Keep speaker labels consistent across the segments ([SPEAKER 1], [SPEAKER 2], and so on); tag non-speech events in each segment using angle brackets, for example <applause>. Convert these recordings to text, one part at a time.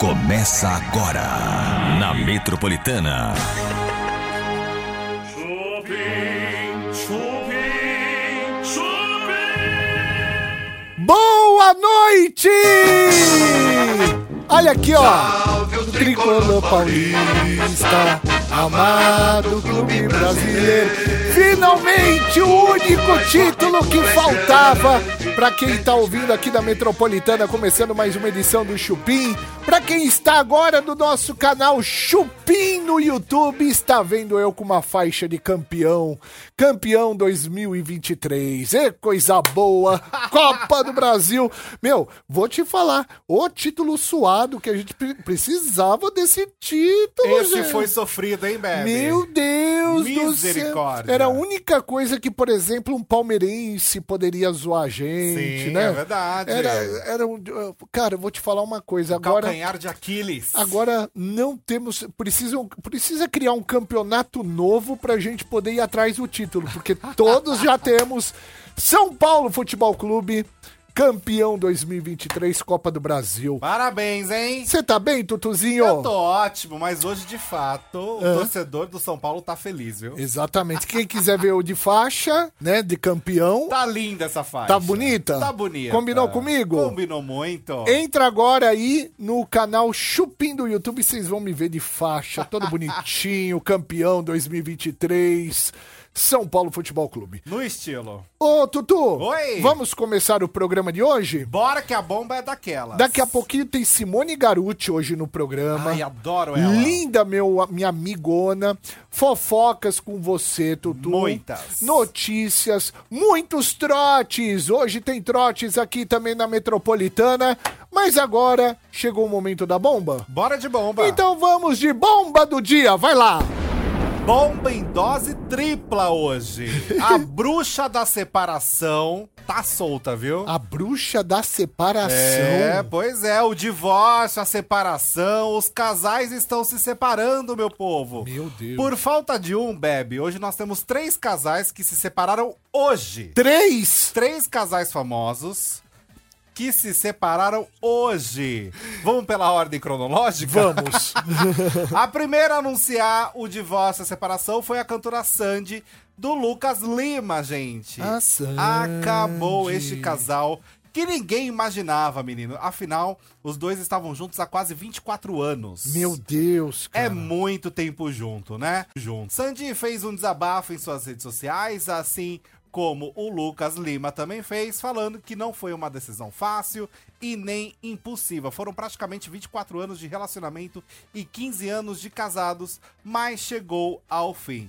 [SPEAKER 1] Começa agora na Metropolitana.
[SPEAKER 2] Chupim, chupim, chupim.
[SPEAKER 3] Boa noite! Olha aqui, ó. O tricolor paulista, amado clube brasileiro. Finalmente o único título que faltava para quem tá ouvindo aqui da Metropolitana, começando mais uma edição do Chupim. Para quem está agora no nosso canal Chupim no YouTube, está vendo eu com uma faixa de campeão, campeão 2023. E coisa boa! <laughs> Copa do Brasil. Meu, vou te falar, o título suado que a gente pre- precisava desse título,
[SPEAKER 4] Esse
[SPEAKER 3] gente.
[SPEAKER 4] foi sofrido, hein, Bebe?
[SPEAKER 3] Meu Deus do céu.
[SPEAKER 4] Misericórdia.
[SPEAKER 3] Era a única coisa que, por exemplo, um palmeirense poderia zoar a gente,
[SPEAKER 4] Sim,
[SPEAKER 3] né?
[SPEAKER 4] é verdade. Um
[SPEAKER 3] Era, era um, cara, eu vou te falar uma coisa. Agora,
[SPEAKER 4] Calcanhar de Aquiles.
[SPEAKER 3] Agora não temos. Precisam, precisa criar um campeonato novo pra gente poder ir atrás do título,
[SPEAKER 4] <laughs>
[SPEAKER 3] porque todos já temos. São Paulo Futebol Clube, campeão 2023, Copa do Brasil.
[SPEAKER 4] Parabéns, hein?
[SPEAKER 3] Você tá bem, Tutuzinho?
[SPEAKER 4] Eu tô ótimo, mas hoje, de fato, o torcedor do São Paulo tá feliz, viu?
[SPEAKER 3] Exatamente. Quem quiser ver o de faixa, né? De campeão. Tá,
[SPEAKER 4] Tá linda essa faixa.
[SPEAKER 3] bonita?
[SPEAKER 4] Tá bonita.
[SPEAKER 3] Combinou comigo?
[SPEAKER 4] Combinou muito.
[SPEAKER 3] Entra agora aí no canal Chupim do YouTube, vocês vão me ver de faixa, todo bonitinho, <laughs> campeão 2023, São Paulo Futebol Clube.
[SPEAKER 4] No estilo.
[SPEAKER 3] Ô, Tutu,
[SPEAKER 4] Oi.
[SPEAKER 3] vamos começar o programa de hoje?
[SPEAKER 4] Bora que a bomba é daquela.
[SPEAKER 3] Daqui a pouquinho tem Simone Garuti hoje no programa.
[SPEAKER 4] Ai, adoro ela.
[SPEAKER 3] Linda, meu, minha amigona. Fofocas com você, Tutu.
[SPEAKER 4] Muitas.
[SPEAKER 3] Notícias, muitos trotes. Hoje tem trotes aqui também na Metropolitana. Mas agora chegou o momento da bomba.
[SPEAKER 4] Bora de bomba.
[SPEAKER 3] Então vamos de bomba do dia, vai lá.
[SPEAKER 4] Bomba em dose tripla hoje.
[SPEAKER 3] <laughs>
[SPEAKER 4] A bruxa da separação tá solta, viu?
[SPEAKER 3] A bruxa da separação.
[SPEAKER 4] É, pois é, o divórcio, a separação, os casais estão se separando, meu povo.
[SPEAKER 3] Meu Deus.
[SPEAKER 4] Por falta de um, Bebe, hoje nós temos três casais que se separaram hoje.
[SPEAKER 3] Três.
[SPEAKER 4] Três casais famosos que se separaram hoje. Vamos pela ordem cronológica?
[SPEAKER 3] Vamos.
[SPEAKER 4] A primeira a anunciar o divórcio, a separação, foi a cantora Sandy do Lucas Lima, gente.
[SPEAKER 3] A Sandy.
[SPEAKER 4] <laughs> Acabou este casal que ninguém imaginava, menino. Afinal, os dois estavam juntos há quase 24 anos.
[SPEAKER 3] Meu Deus, cara.
[SPEAKER 4] É muito tempo junto, né? Junto. Sandy fez um desabafo em suas redes sociais, assim como o Lucas Lima também fez, falando que não foi uma decisão fácil e nem impulsiva. Foram praticamente 24 anos de relacionamento e 15 anos de casados, mas chegou ao fim.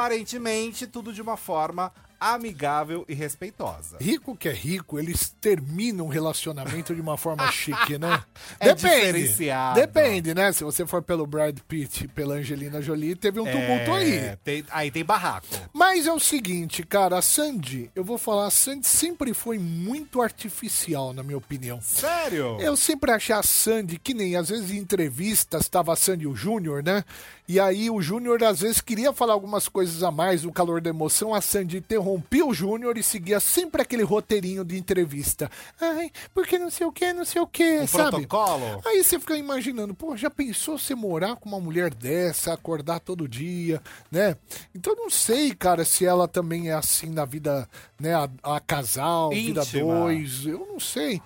[SPEAKER 4] Aparentemente, tudo de uma forma amigável e respeitosa.
[SPEAKER 3] Rico que é rico, eles terminam o relacionamento de uma
[SPEAKER 4] <laughs>
[SPEAKER 3] forma chique, né?
[SPEAKER 4] É diferenciado.
[SPEAKER 3] Depende, né? Se você for pelo Brad Pitt e pela Angelina Jolie, teve um tumulto
[SPEAKER 4] É,
[SPEAKER 3] aí.
[SPEAKER 4] tem- aí tem barraco.
[SPEAKER 3] Mas é o seguinte, cara, a Sandy, eu vou falar, a Sandy sempre foi muito artificial, na minha opinião.
[SPEAKER 4] Sério?
[SPEAKER 3] Eu sempre achei a Sandy, que nem às vezes em entrevistas tava a Sandy e o Júnior, né? E aí o Júnior às vezes queria falar algumas coisas a mais no calor da emoção, a Sandy interrompia o Júnior e seguia sempre aquele roteirinho de entrevista. Ai, porque não sei o que, não sei o que,
[SPEAKER 4] Um
[SPEAKER 3] sabe?
[SPEAKER 4] protocolo?
[SPEAKER 3] Aí você fica imaginando, pô, já pensou você morar com uma mulher dessa, acordar todo dia, né? Então eu não sei, cara, se ela também é assim na vida, né, a, a casal, vida
[SPEAKER 4] Íntima.
[SPEAKER 3] dois, eu não sei.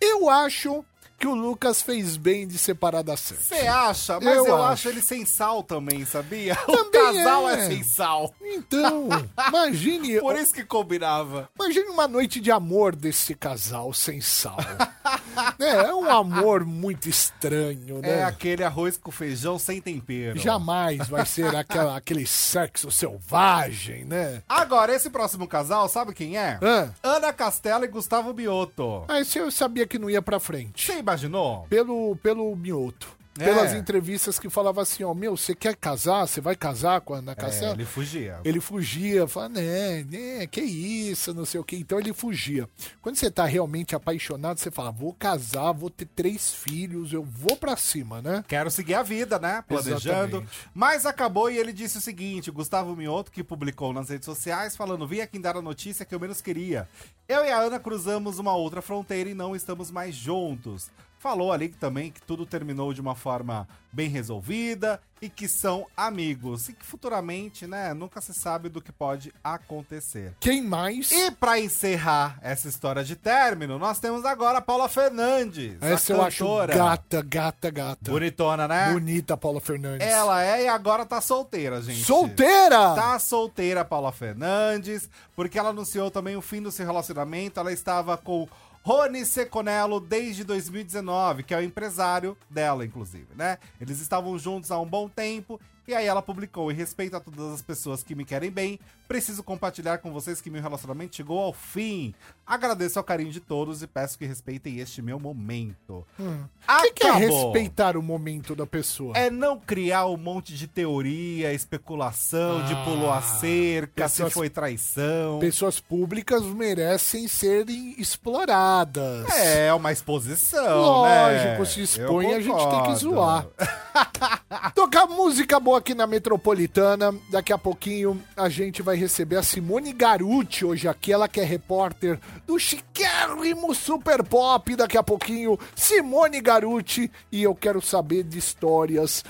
[SPEAKER 3] Eu acho que o Lucas fez bem de separar da Sandy.
[SPEAKER 4] Você acha? Mas
[SPEAKER 3] Eu
[SPEAKER 4] eu,
[SPEAKER 3] acho.
[SPEAKER 4] acho. ele sem sal também, sabia? o
[SPEAKER 3] Também
[SPEAKER 4] casal é.
[SPEAKER 3] é
[SPEAKER 4] sem sal. <laughs>
[SPEAKER 3] Então, imagine,
[SPEAKER 4] Por isso que combinava.
[SPEAKER 3] imagine uma noite de amor desse casal sem sal. <laughs> né? É um amor muito estranho, né?
[SPEAKER 4] É. aquele arroz com feijão sem tempero.
[SPEAKER 3] Jamais vai ser
[SPEAKER 4] <laughs>
[SPEAKER 3] aquela, aquele sexo selvagem, né?
[SPEAKER 4] Agora, esse próximo casal, sabe quem é?
[SPEAKER 3] Hã?
[SPEAKER 4] Ana Castela e Gustavo Bioto.
[SPEAKER 3] Mas eu sabia que não ia pra frente.
[SPEAKER 4] Você imaginou?
[SPEAKER 3] Pelo, pelo mioto.
[SPEAKER 4] É.
[SPEAKER 3] pelas entrevistas que falava assim, ó, meu, você quer casar? Você vai casar com a Ana
[SPEAKER 4] É,
[SPEAKER 3] Cassel?
[SPEAKER 4] ele fugia.
[SPEAKER 3] Ele fugia, falava, né, né, que isso, não sei o que. Então ele fugia. Quando você tá realmente apaixonado, você fala, vou casar, vou ter três filhos, eu vou pra cima, né?
[SPEAKER 4] Quero seguir a vida, né? Planejando.
[SPEAKER 3] Exatamente.
[SPEAKER 4] Mas acabou e ele disse o seguinte: Gustavo Mioto, que publicou nas redes sociais, falando: Vim aqui dar a notícia que eu menos queria. Eu e a Ana cruzamos uma outra fronteira e não estamos mais juntos. Falou ali que também que tudo terminou de uma forma bem resolvida e que são amigos. E que futuramente, né, nunca se sabe do que pode acontecer.
[SPEAKER 3] Quem mais?
[SPEAKER 4] E pra encerrar essa história de término, nós temos agora a Paula Fernandes. a
[SPEAKER 3] Essa eu acho
[SPEAKER 4] cantora.
[SPEAKER 3] gata, gata, gata.
[SPEAKER 4] Bonitona, né?
[SPEAKER 3] Bonita Paula Fernandes.
[SPEAKER 4] Ela é e agora tá solteira, gente.
[SPEAKER 3] Solteira!
[SPEAKER 4] Tá solteira, Paula Fernandes, porque ela anunciou também o fim do seu relacionamento. Ela estava com Rony Seconello desde 2019, que é o empresário dela, inclusive, né? Eles estavam juntos há um bom tempo. E aí ela publicou, em respeito a todas as pessoas que me querem bem, preciso compartilhar com vocês que meu relacionamento chegou ao fim. Agradeço ao carinho de todos e peço que respeitem este meu momento.
[SPEAKER 3] O que, que é
[SPEAKER 4] Acabou.
[SPEAKER 3] respeitar o momento da pessoa?
[SPEAKER 4] É não criar um monte de teoria, especulação, de
[SPEAKER 3] Ah,
[SPEAKER 4] pulou a cerca,
[SPEAKER 3] pessoas-
[SPEAKER 4] se foi traição.
[SPEAKER 3] Pessoas públicas merecem serem exploradas.
[SPEAKER 4] É, uma exposição, né?
[SPEAKER 3] Lógico, se
[SPEAKER 4] Eu
[SPEAKER 3] expõe, a gente tem que
[SPEAKER 4] concordo. <laughs>
[SPEAKER 3] zoar. Tocar música boa aqui na Metropolitana. Daqui a pouquinho a gente vai receber a Simone Garuti hoje aqui. Ela que é repórter do chiquérrimo Super Pop. Daqui a pouquinho, Simone Garuti. E eu quero saber de histórias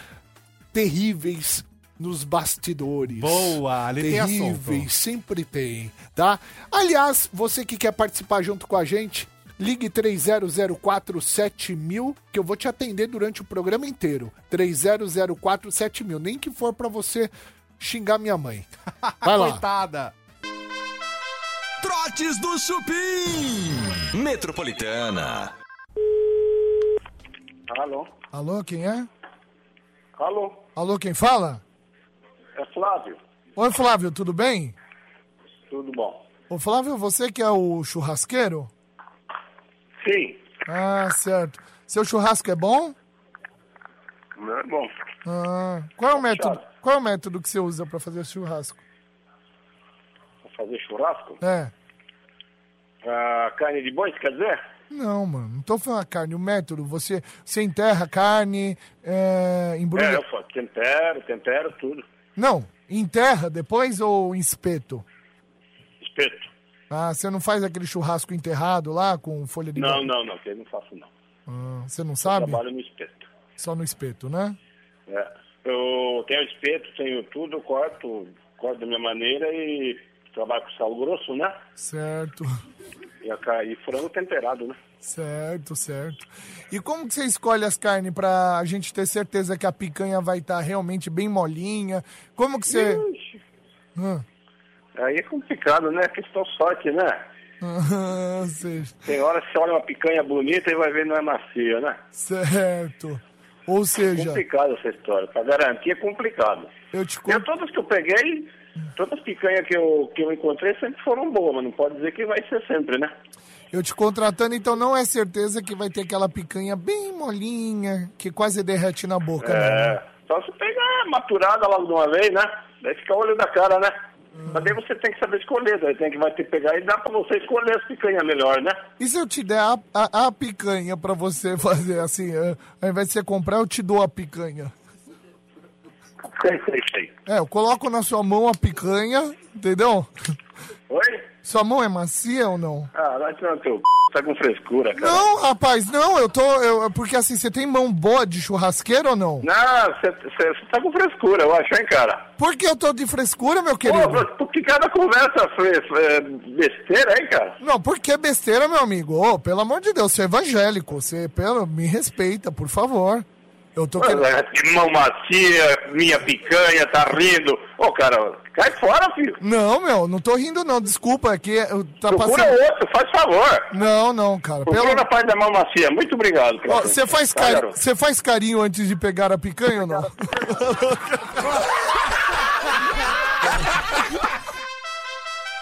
[SPEAKER 3] terríveis nos bastidores.
[SPEAKER 4] Boa, ali tem assunto.
[SPEAKER 3] Terríveis, sempre tem, tá? Aliás, você que quer participar junto com a gente, ligue 30047000 que eu vou te atender durante o programa inteiro. 30047000, nem que for pra você xingar minha mãe. Vai lá.
[SPEAKER 4] Coitada.
[SPEAKER 1] Trotes do Chupim. Metropolitana.
[SPEAKER 5] Alô?
[SPEAKER 3] <laughs> Alô, quem é?
[SPEAKER 5] Alô?
[SPEAKER 3] Alô, quem fala?
[SPEAKER 5] É Flávio?
[SPEAKER 3] Oi, Flávio, tudo bem?
[SPEAKER 5] Tudo bom?
[SPEAKER 3] Ô, Flávio, você que é o churrasqueiro?
[SPEAKER 5] Sim.
[SPEAKER 3] Ah, certo. Seu churrasco é bom?
[SPEAKER 5] Não é bom.
[SPEAKER 3] Ah, qual é o método? Qual é o método que você usa pra fazer churrasco?
[SPEAKER 5] Pra fazer churrasco?
[SPEAKER 3] É.
[SPEAKER 5] Ah, carne de boi, você quer dizer?
[SPEAKER 3] Não, mano, não tô falando a carne, o método. Você, você enterra a carne, é, embrulha.
[SPEAKER 5] É, eu faço tempero, tempero, tudo.
[SPEAKER 3] Não, enterra depois ou em espeto?
[SPEAKER 5] Espeto.
[SPEAKER 3] Ah, você não faz aquele churrasco enterrado lá com folha de.
[SPEAKER 5] Não, não, Tá não, que eu não faço não.
[SPEAKER 3] Ah, você não sabe?
[SPEAKER 5] Trabalho no espeto.
[SPEAKER 3] Só no espeto, né?
[SPEAKER 5] É. Eu tenho espeto, tenho tudo, eu corto, corto da minha maneira e trabalho com sal grosso, né?
[SPEAKER 3] Certo, <laughs>
[SPEAKER 5] E, a, ca- e frango temperado, né?
[SPEAKER 3] certo, certo. E como que você escolhe as carnes pra a gente ter certeza que a picanha vai estar realmente bem molinha? Como que você.
[SPEAKER 5] Ixi,
[SPEAKER 3] Ah,
[SPEAKER 5] Aí é complicado, né? Questão sorte, né?
[SPEAKER 3] <laughs> ah, certo.
[SPEAKER 5] Tem hora que você olha uma picanha bonita e vai ver não é macia, né?
[SPEAKER 3] certo. Ou seja,
[SPEAKER 5] complicado essa história. Pra garantir é complicado.
[SPEAKER 3] eu te
[SPEAKER 5] Eu, todas que eu peguei, todas as picanhas que eu, que eu encontrei sempre foram boas, mas não pode dizer que vai ser sempre, né?
[SPEAKER 3] Eu te contratando, então não é certeza que vai ter aquela picanha bem molinha, que quase derrete na boca. né?
[SPEAKER 5] É, só se pegar a maturada logo de uma vez, né? Daí fica olho da cara, né? Mas daí você tem que saber escolher, daí tem que vai ter que pegar e dá pra você escolher as picanhas melhor, né?
[SPEAKER 3] E se eu te der a, a- a picanha pra você fazer assim, é, ao invés de você comprar, eu te dou a picanha.
[SPEAKER 5] Sei, sei, sei.
[SPEAKER 3] É, eu coloco na sua mão a picanha, entendeu? <laughs>
[SPEAKER 5] Oi?
[SPEAKER 3] Sua mão é macia ou não?
[SPEAKER 5] Ah, vai tirar no teu c... tá com frescura, cara.
[SPEAKER 3] Não, rapaz, não, eu tô. eu- porque assim, você tem mão boa de churrasqueiro ou não?
[SPEAKER 5] Não, você tá com frescura, eu acho, hein, cara?
[SPEAKER 3] Por que eu tô de frescura, meu
[SPEAKER 5] Pô,
[SPEAKER 3] querido?
[SPEAKER 5] você- por que cada conversa foi, foi besteira, hein, cara?
[SPEAKER 3] Não, porque é besteira, meu amigo. Ô, pelo amor de Deus, você é evangélico. Você, pelo, me respeita, por favor. Eu tô querendo.
[SPEAKER 5] Olha, é Mão macia, minha picanha, tá rindo. Ô, cara, cai fora, filho.
[SPEAKER 3] Não, meu, não tô rindo, não. Desculpa, é que eu tá
[SPEAKER 5] Procura
[SPEAKER 3] passando.
[SPEAKER 5] outro, faz favor.
[SPEAKER 3] Não, não, cara. Pelo...
[SPEAKER 5] Procura a parte da mão macia. Muito obrigado. cara.
[SPEAKER 3] Ó, Você faz,
[SPEAKER 5] Tá,
[SPEAKER 3] cari...
[SPEAKER 5] garoto?
[SPEAKER 3] você faz carinho antes de pegar a picanha ou não?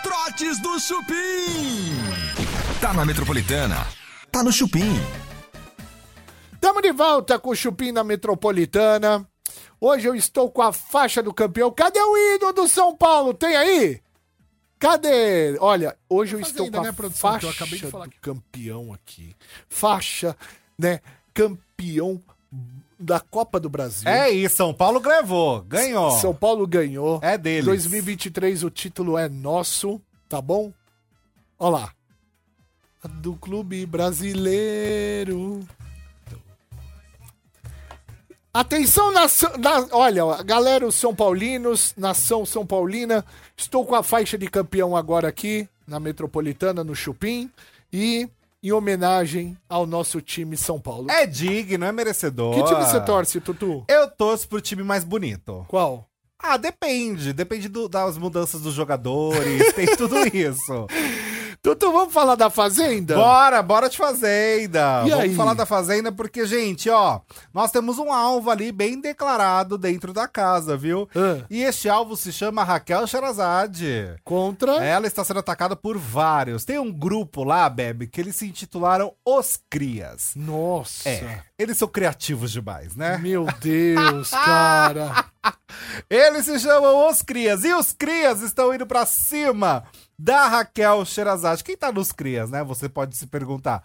[SPEAKER 1] Trotes do Chupim. Tá na Metropolitana. Tá no Chupim.
[SPEAKER 3] Tamo Estamos de volta com o Chupim da Metropolitana. Hoje eu estou com a faixa do campeão. Cadê o ídolo do São Paulo? Tem aí? Cadê? Olha, hoje eu
[SPEAKER 6] Faz
[SPEAKER 3] estou
[SPEAKER 6] aí
[SPEAKER 3] com
[SPEAKER 6] da
[SPEAKER 3] a
[SPEAKER 6] minha né, produção, que
[SPEAKER 3] faixa
[SPEAKER 6] eu acabei de falar
[SPEAKER 3] do
[SPEAKER 6] aqui.
[SPEAKER 3] campeão aqui. Faixa, né? Campeão da Copa do Brasil.
[SPEAKER 4] É isso, São Paulo gravou, ganhou.
[SPEAKER 3] São Paulo ganhou.
[SPEAKER 4] É deles.
[SPEAKER 3] 2023 o título é nosso, tá bom? Ó lá. Do clube brasileiro. Atenção, nação. Na, olha, galera, os São Paulinos, nação São Paulina. Estou com a faixa de campeão agora aqui, na Metropolitana, no Chupim. E em homenagem ao nosso time São Paulo.
[SPEAKER 4] É digno, é merecedor.
[SPEAKER 3] que time você torce, Tutu?
[SPEAKER 4] Eu torço pro time mais bonito.
[SPEAKER 3] Qual?
[SPEAKER 4] Ah, depende. Depende do- das mudanças dos jogadores. <laughs> tem tudo isso.
[SPEAKER 3] Tutu, vamos falar da Fazenda?
[SPEAKER 4] Bora, bora de Fazenda.
[SPEAKER 3] E
[SPEAKER 4] Vamos
[SPEAKER 3] aí?
[SPEAKER 4] falar da Fazenda porque, gente, ó, nós temos um alvo ali bem declarado dentro da casa, viu?
[SPEAKER 3] Ah.
[SPEAKER 4] E este alvo se chama Raquel Sherazade.
[SPEAKER 3] Contra.
[SPEAKER 4] Ela está sendo atacada por vários. Tem um grupo lá, Bebe, que eles se intitularam Os Crias.
[SPEAKER 3] Nossa.
[SPEAKER 4] É, eles são criativos demais, né?
[SPEAKER 3] Meu Deus, cara.
[SPEAKER 4] <laughs> Eles se chamam Os Crias. E os Crias estão indo pra cima da Raquel Sherazade. Quem tá nos Crias, né? Você pode se perguntar.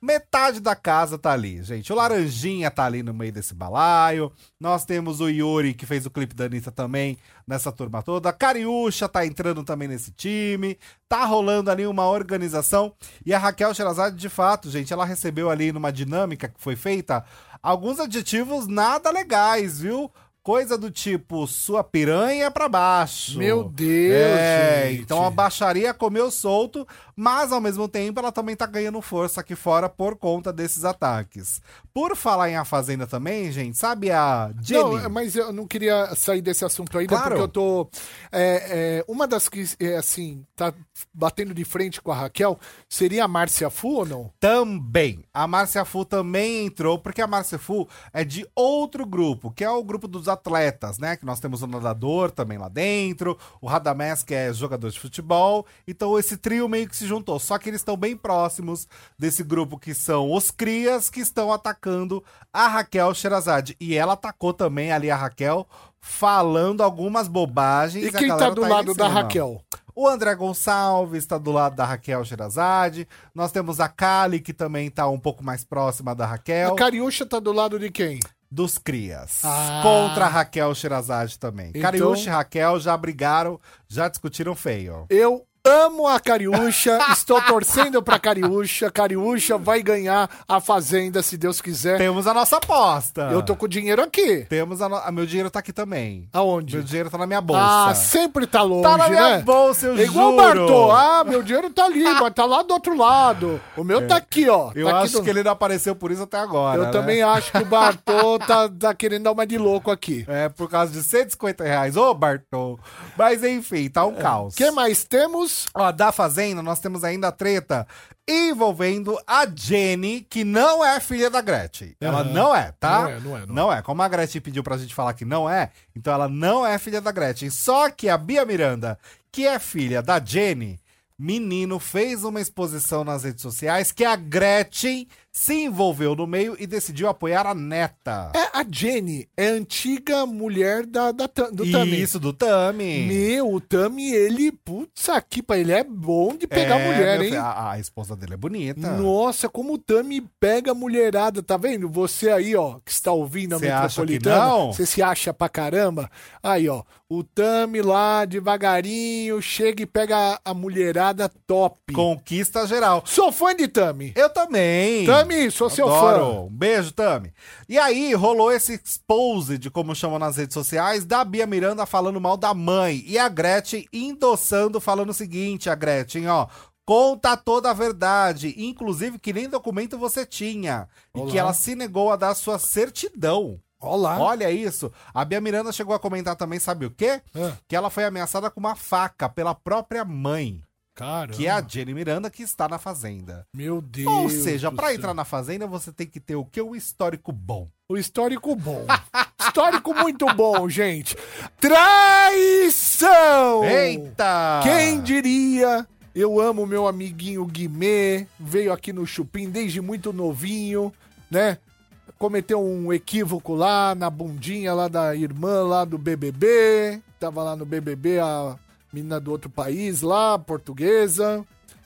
[SPEAKER 4] Metade da casa tá ali, gente. O Laranjinha tá ali no meio desse balaio. Nós temos o Yuri, que fez o clipe da Anitta também nessa turma toda. A Cariúcha tá entrando também nesse time. Tá rolando ali uma organização. E a Raquel Sherazade, de fato, gente, ela recebeu ali numa dinâmica que foi feita alguns adjetivos nada legais, viu? Coisa do tipo, sua piranha pra baixo.
[SPEAKER 3] Meu Deus,
[SPEAKER 4] É,
[SPEAKER 3] gente.
[SPEAKER 4] então a baixaria comeu solto, mas ao mesmo tempo ela também tá ganhando força aqui fora por conta desses ataques. Por falar em A Fazenda também, gente, sabe a Jenny?
[SPEAKER 3] Não, é mas eu não queria sair desse assunto ainda,
[SPEAKER 4] Claro.
[SPEAKER 3] porque eu tô. é, é, uma das que, é, assim, tá batendo de frente com a Raquel seria a Márcia Fu ou não?
[SPEAKER 4] Também. A Márcia Fu também entrou, porque a Márcia Fu é de outro grupo, que é o grupo dos atletas, né? Que nós temos o nadador também lá dentro, o Radamés, que é jogador de futebol. Então esse trio meio que se juntou. Só que eles estão bem próximos desse grupo que são os Crias, que estão atacando a Raquel Sherazade. E ela atacou também ali a Raquel, falando algumas bobagens.
[SPEAKER 3] E
[SPEAKER 4] a
[SPEAKER 3] quem tá
[SPEAKER 4] galera
[SPEAKER 3] do
[SPEAKER 4] aí
[SPEAKER 3] lado
[SPEAKER 4] em
[SPEAKER 3] da
[SPEAKER 4] cima.
[SPEAKER 3] Raquel?
[SPEAKER 4] O André Gonçalves está do lado da Raquel Sherazade. Nós temos a Kali, que também tá um pouco mais próxima da Raquel.
[SPEAKER 3] A Cariúcha tá do lado de quem?
[SPEAKER 4] Dos Crias.
[SPEAKER 3] Ah.
[SPEAKER 4] Contra a Raquel Sherazade também.
[SPEAKER 3] Então-
[SPEAKER 4] Cariúcha e Raquel já brigaram, já discutiram feio.
[SPEAKER 3] Eu amo a
[SPEAKER 4] <laughs>
[SPEAKER 3] Cariúcha, estou torcendo pra Cariúcha. Cariúcha vai ganhar a Fazenda, se Deus quiser.
[SPEAKER 4] Temos a nossa aposta.
[SPEAKER 3] Eu tô com o dinheiro aqui.
[SPEAKER 4] Temos a no... ah, Meu dinheiro tá aqui também.
[SPEAKER 3] Aonde?
[SPEAKER 4] Meu dinheiro tá na minha
[SPEAKER 3] Ah,
[SPEAKER 4] bolsa.
[SPEAKER 3] sempre tá longe,
[SPEAKER 4] tá na minha
[SPEAKER 3] né?
[SPEAKER 4] bolsa, eu
[SPEAKER 3] É igual o
[SPEAKER 4] juro.
[SPEAKER 3] Bartô. Ah, meu dinheiro tá ali, mas tá lá do outro lado. O meu tá aqui, ó.
[SPEAKER 4] É. eu
[SPEAKER 3] Tá aqui
[SPEAKER 4] acho
[SPEAKER 3] do-
[SPEAKER 4] que ele não apareceu por isso até agora.
[SPEAKER 3] Eu
[SPEAKER 4] né?
[SPEAKER 3] também acho que o Bartô tá, tá querendo dar uma de louco
[SPEAKER 4] <laughs>
[SPEAKER 3] aqui.
[SPEAKER 4] É, por causa de 150 reais. Ô, Bartô. Mas enfim, tá um caos.
[SPEAKER 3] O É, que mais temos?
[SPEAKER 4] Ó, da Fazenda, nós temos ainda a treta envolvendo a Jenny, que não é filha da Gretchen. Ela não é, tá?
[SPEAKER 3] Não é, não é, não é.
[SPEAKER 4] Como a Gretchen pediu pra gente falar que não é, então ela não é filha da Gretchen. Só que a Bia Miranda, que é filha da Jenny, menino, fez uma exposição nas redes sociais que a Gretchen se envolveu no meio e decidiu apoiar a neta.
[SPEAKER 3] É, a Jenny é a antiga mulher da, da Tam- do Tami.
[SPEAKER 4] Isso, do Tami.
[SPEAKER 3] Meu, o Tami, ele, putz, aqui, pá, ele é bom de pegar
[SPEAKER 4] É,
[SPEAKER 3] mulher,
[SPEAKER 4] meu
[SPEAKER 3] hein?
[SPEAKER 4] filho, A, a esposa dele é bonita.
[SPEAKER 3] Nossa, como o Tami pega a mulherada, tá vendo? Você aí, ó, que está ouvindo a
[SPEAKER 4] Você acha que
[SPEAKER 3] Metropolitana,
[SPEAKER 4] não?
[SPEAKER 3] você se acha pra caramba. Aí, ó, o Tami lá, devagarinho, chega e pega a- a mulherada top.
[SPEAKER 4] Conquista geral.
[SPEAKER 3] Sou fã de Tami.
[SPEAKER 4] Eu também.
[SPEAKER 3] Tami, sou seu fã.
[SPEAKER 4] Adoro. Um Beijo, Tami. E aí, rolou esse expose de como chamam nas redes sociais, da Bia Miranda falando mal da mãe. E a Gretchen endossando, falando o seguinte, a Gretchen, ó. Conta toda a verdade, inclusive que nem documento você tinha. E que ela se negou a dar sua certidão.
[SPEAKER 3] Olá.
[SPEAKER 4] Olha isso. A Bia Miranda chegou a comentar também, sabe o quê?
[SPEAKER 3] Ah.
[SPEAKER 4] Que ela foi ameaçada com uma faca pela própria mãe,
[SPEAKER 3] Cara,
[SPEAKER 4] que é a Jenny Miranda, que está na fazenda.
[SPEAKER 3] meu Deus.
[SPEAKER 4] Ou seja,
[SPEAKER 3] do
[SPEAKER 4] pra
[SPEAKER 3] céu.
[SPEAKER 4] entrar na fazenda, você tem que ter o que? Um histórico bom.
[SPEAKER 3] O histórico bom. histórico muito bom, <laughs> gente. Traição!
[SPEAKER 4] Eita!
[SPEAKER 3] Quem diria? Eu amo meu amiguinho Guimê, veio aqui no Chupim desde muito novinho, né? cometeu um equívoco lá na bundinha lá da irmã lá do BBB. Tava lá no BBB a menina do outro país lá, portuguesa. né?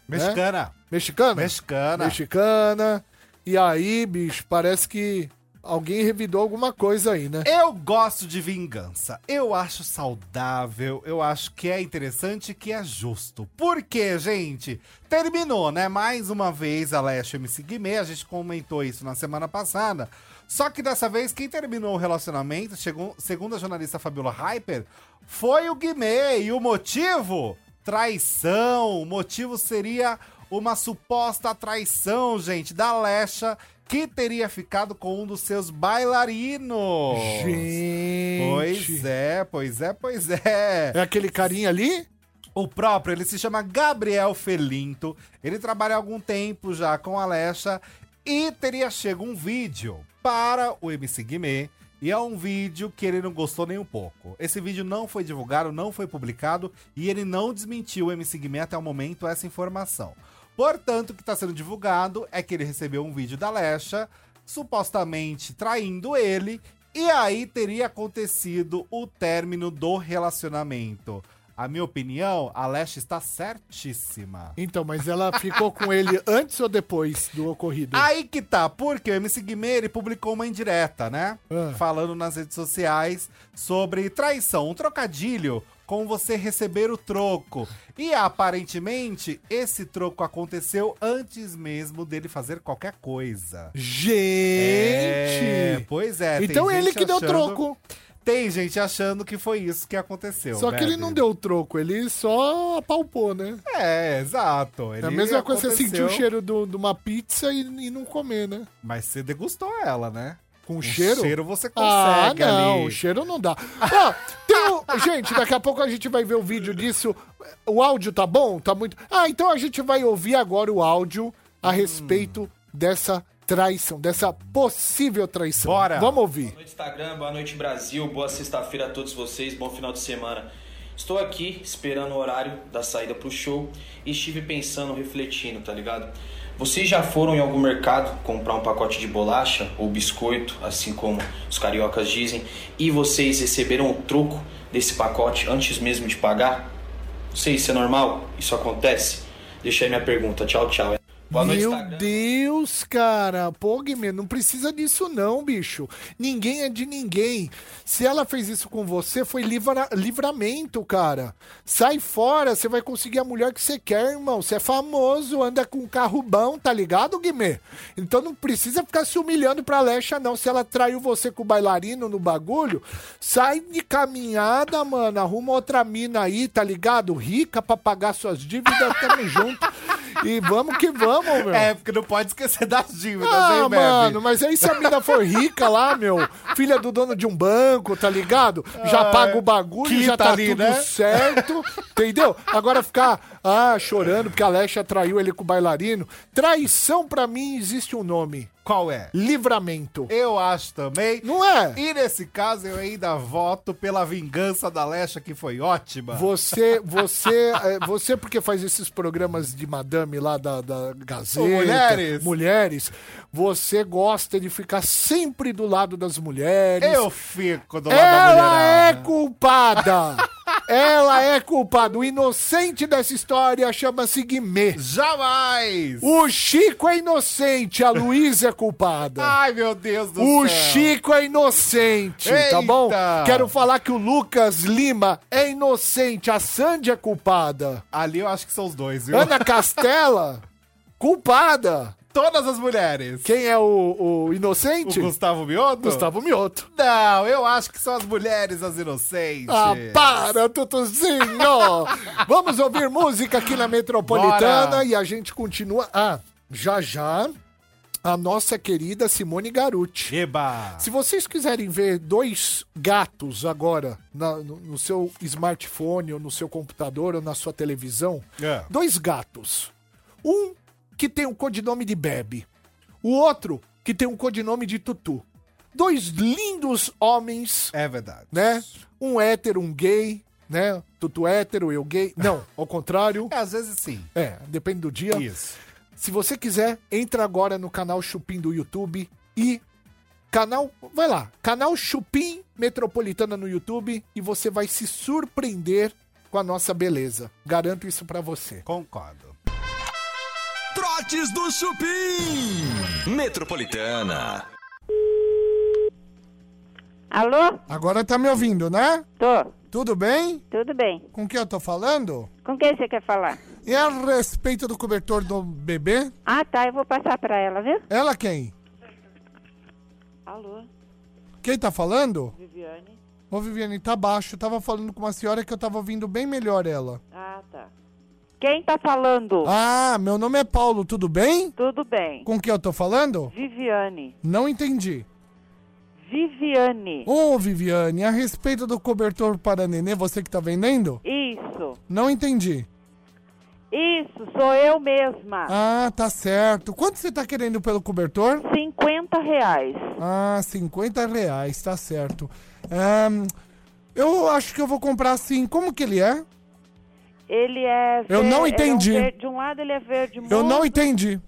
[SPEAKER 4] Mexicana.
[SPEAKER 3] Mexicana?
[SPEAKER 4] Mexicana.
[SPEAKER 3] Mexicana. E aí, bicho, parece que alguém revidou alguma coisa aí, né?
[SPEAKER 4] Eu gosto de vingança. Eu acho saudável, eu acho que é interessante, que é justo. Porque, gente, terminou, né? Mais uma vez a Leste MC Guimê, a gente comentou isso na semana passada. Só que dessa vez, quem terminou o relacionamento, chegou, segundo a jornalista Fabiola Hyper, foi o Guimê. E o motivo? Traição. O motivo seria uma suposta traição, gente, da Lesha, que teria ficado com um dos seus bailarinos.
[SPEAKER 3] Gente.
[SPEAKER 4] Pois é, pois é, pois é.
[SPEAKER 3] É aquele carinha ali?
[SPEAKER 4] O próprio, ele se chama Gabriel Felinto. Ele trabalha há algum tempo já com a Alexa e teria chego um vídeo para o MC Guimê. E é um vídeo que ele não gostou nem um pouco. Esse vídeo não foi divulgado, não foi publicado e ele não desmentiu o MC Guimê até o momento essa informação. Portanto, o que está sendo divulgado é que ele recebeu um vídeo da Alexa supostamente traindo ele, e aí teria acontecido o término do relacionamento. A minha opinião, a Leste está certíssima.
[SPEAKER 3] Então, mas ela ficou com
[SPEAKER 4] <laughs>
[SPEAKER 3] ele antes ou depois do ocorrido?
[SPEAKER 4] Aí que tá, porque o MC Guimê ele publicou uma indireta, né?
[SPEAKER 3] Ah.
[SPEAKER 4] Falando nas redes sociais sobre traição, um trocadilho com você receber o troco. E aparentemente, esse troco aconteceu antes mesmo dele fazer qualquer coisa. É,
[SPEAKER 3] Gente!
[SPEAKER 4] pois é. tem
[SPEAKER 3] então
[SPEAKER 4] gente
[SPEAKER 3] ele que deu
[SPEAKER 4] achando-
[SPEAKER 3] troco.
[SPEAKER 4] Tem gente achando que foi isso que aconteceu. né?
[SPEAKER 3] Só que ele
[SPEAKER 4] Beber.
[SPEAKER 3] não deu troco, ele só apalpou, né?
[SPEAKER 4] É, exato.
[SPEAKER 3] É a
[SPEAKER 4] ele
[SPEAKER 3] mesma coisa você
[SPEAKER 4] aconteceu,
[SPEAKER 3] sentir o cheiro do- de uma pizza e, e não comer, né?
[SPEAKER 4] Mas você degustou ela, né?
[SPEAKER 3] Com
[SPEAKER 4] O
[SPEAKER 3] cheiro?
[SPEAKER 4] cheiro você
[SPEAKER 3] Ah,
[SPEAKER 4] consegue
[SPEAKER 3] não, o
[SPEAKER 4] Tá ali.
[SPEAKER 3] cheiro não dá. Ó, tem o- Gente, daqui a pouco a gente vai ver o vídeo disso. O áudio tá bom? Tá muito. Ah, então a gente vai ouvir agora o áudio
[SPEAKER 4] Hum.
[SPEAKER 3] a respeito dessa traição, dessa possível traição.
[SPEAKER 4] Bora.
[SPEAKER 3] Vamos ouvir.
[SPEAKER 6] Boa noite, Instagram. Boa noite, Brasil. Boa sexta-feira a todos vocês. Bom final de semana. Estou aqui esperando o horário da saída pro show e estive pensando, refletindo, tá ligado? Vocês já foram em algum mercado comprar um pacote de bolacha ou biscoito, assim como os cariocas dizem, e vocês receberam o troco desse pacote antes mesmo de pagar? Não sei se é normal, isso acontece. Deixa aí minha pergunta. Tchau, tchau. Boa noite,
[SPEAKER 3] Meu
[SPEAKER 6] Instagram.
[SPEAKER 3] Deus, cara. Pô, Guimê, não precisa disso não, bicho. Ninguém é de ninguém. Se ela fez isso com você, foi livra- livramento, cara. Sai fora, você vai conseguir a mulher que você quer, irmão. Você é famoso, anda com carro bom, tá ligado, Guimê? Então não precisa ficar se humilhando pra Lecha, não. Se ela traiu você com o bailarino no bagulho, sai de caminhada, mano. Arruma outra mina aí, tá ligado? Rica pra pagar suas dívidas, tamo junto. E vamos que vamos, meu.
[SPEAKER 4] É, porque não pode esquecer <laughs> das dívidas, hein,
[SPEAKER 3] Ah,
[SPEAKER 4] Bebe?
[SPEAKER 3] mano, mas aí se a mina for rica lá, meu, filha do dono de um banco, tá ligado? Já paga o bagulho,
[SPEAKER 4] quita
[SPEAKER 3] já tá
[SPEAKER 4] Ah, ali,
[SPEAKER 3] tudo
[SPEAKER 4] né?
[SPEAKER 3] certo, entendeu? Agora ficar, ah, chorando porque a Alexia traiu ele com o bailarino. Traição pra mim existe um nome,
[SPEAKER 4] Qual é?
[SPEAKER 3] livramento.
[SPEAKER 4] Eu acho também.
[SPEAKER 3] Não é?
[SPEAKER 4] E nesse caso, eu ainda voto pela vingança da Lesha, que foi ótima.
[SPEAKER 3] Você, você, é, você porque faz esses programas de madame lá da, da Gazeta,
[SPEAKER 4] Ô, mulheres.
[SPEAKER 3] mulheres, você gosta de ficar sempre do lado das mulheres.
[SPEAKER 4] Eu fico do lado da
[SPEAKER 3] Ela é
[SPEAKER 4] mulherada.
[SPEAKER 3] culpada. <laughs> Ela é culpada. O inocente dessa história chama-se Guimê.
[SPEAKER 4] Jamais!
[SPEAKER 3] O Chico é inocente, a Luísa é culpada.
[SPEAKER 4] Ai, meu Deus Ah, do
[SPEAKER 3] O
[SPEAKER 4] céu!
[SPEAKER 3] Chico é inocente,
[SPEAKER 4] Eita!
[SPEAKER 3] tá bom? Quero falar que o Lucas Lima é inocente, a Sandy é culpada.
[SPEAKER 4] Ali eu acho que são os dois, viu?
[SPEAKER 3] Ana Castela, culpada.
[SPEAKER 4] Todas as mulheres.
[SPEAKER 3] Quem é o, o
[SPEAKER 4] O
[SPEAKER 3] inocente?
[SPEAKER 4] Gustavo Mioto?
[SPEAKER 3] Gustavo Mioto.
[SPEAKER 4] Não, eu acho que são as mulheres as inocentes.
[SPEAKER 3] Ah, para,
[SPEAKER 4] <laughs>
[SPEAKER 3] Tutuzinho! Vamos ouvir música aqui na Metropolitana
[SPEAKER 4] Bora.
[SPEAKER 3] e a gente continua. Ah, já já, a nossa querida Simone Garuti.
[SPEAKER 4] Eba!
[SPEAKER 3] Se vocês quiserem ver dois gatos agora na- no, no seu smartphone, ou no seu computador, ou na sua televisão,
[SPEAKER 4] É.
[SPEAKER 3] dois gatos. Um que tem um codinome de Bebe, o outro que tem um codinome de Tutu. Dois lindos homens,
[SPEAKER 4] É verdade.
[SPEAKER 3] né? Um hétero, um gay, né? Tutu hétero, eu gay. Não, ao contrário.
[SPEAKER 4] É, às vezes sim.
[SPEAKER 3] É, depende do dia.
[SPEAKER 4] Isso.
[SPEAKER 3] Se você quiser, entra agora no canal Chupim do YouTube e Canal, vai lá, canal Chupim Metropolitana no YouTube e você vai se surpreender com a nossa beleza. Garanto isso pra você.
[SPEAKER 4] Concordo.
[SPEAKER 1] Trotes do Chupim. Metropolitana.
[SPEAKER 7] Alô?
[SPEAKER 3] Agora tá me ouvindo, né?
[SPEAKER 7] Tô,
[SPEAKER 3] Tudo bem?
[SPEAKER 7] tudo bem.
[SPEAKER 3] Com quem eu tô falando?
[SPEAKER 7] Com quem você quer falar?
[SPEAKER 3] E a respeito do cobertor do bebê?
[SPEAKER 7] Ah, tá, eu vou passar pra ela, viu?
[SPEAKER 3] Ela quem?
[SPEAKER 7] Alô,
[SPEAKER 3] Quem tá falando?
[SPEAKER 7] Viviane?
[SPEAKER 3] Ô, Viviane, tá baixo. Eu tava falando com uma senhora que eu tava ouvindo bem melhor ela.
[SPEAKER 7] Ah, tá. Quem tá falando?
[SPEAKER 3] Ah, meu nome é Paulo, tudo bem?
[SPEAKER 7] Tudo bem.
[SPEAKER 3] Com quem eu tô falando?
[SPEAKER 7] Viviane.
[SPEAKER 3] Não entendi.
[SPEAKER 7] Viviane.
[SPEAKER 3] Ô, Viviane, a respeito do cobertor para nenê, você que tá vendendo?
[SPEAKER 7] Isso,
[SPEAKER 3] Não entendi.
[SPEAKER 7] isso, sou eu mesma.
[SPEAKER 3] Ah, tá certo. Quanto você tá querendo pelo cobertor?
[SPEAKER 7] 50 reais.
[SPEAKER 3] Ah, 50 reais, tá certo. Ahn, eu acho que eu vou comprar assim. Como que ele é?
[SPEAKER 7] Ele é ver-
[SPEAKER 3] Eu não
[SPEAKER 7] ele é um
[SPEAKER 3] entendi.
[SPEAKER 7] verde- de um lado ele é verde musgo.
[SPEAKER 3] Eu não entendi.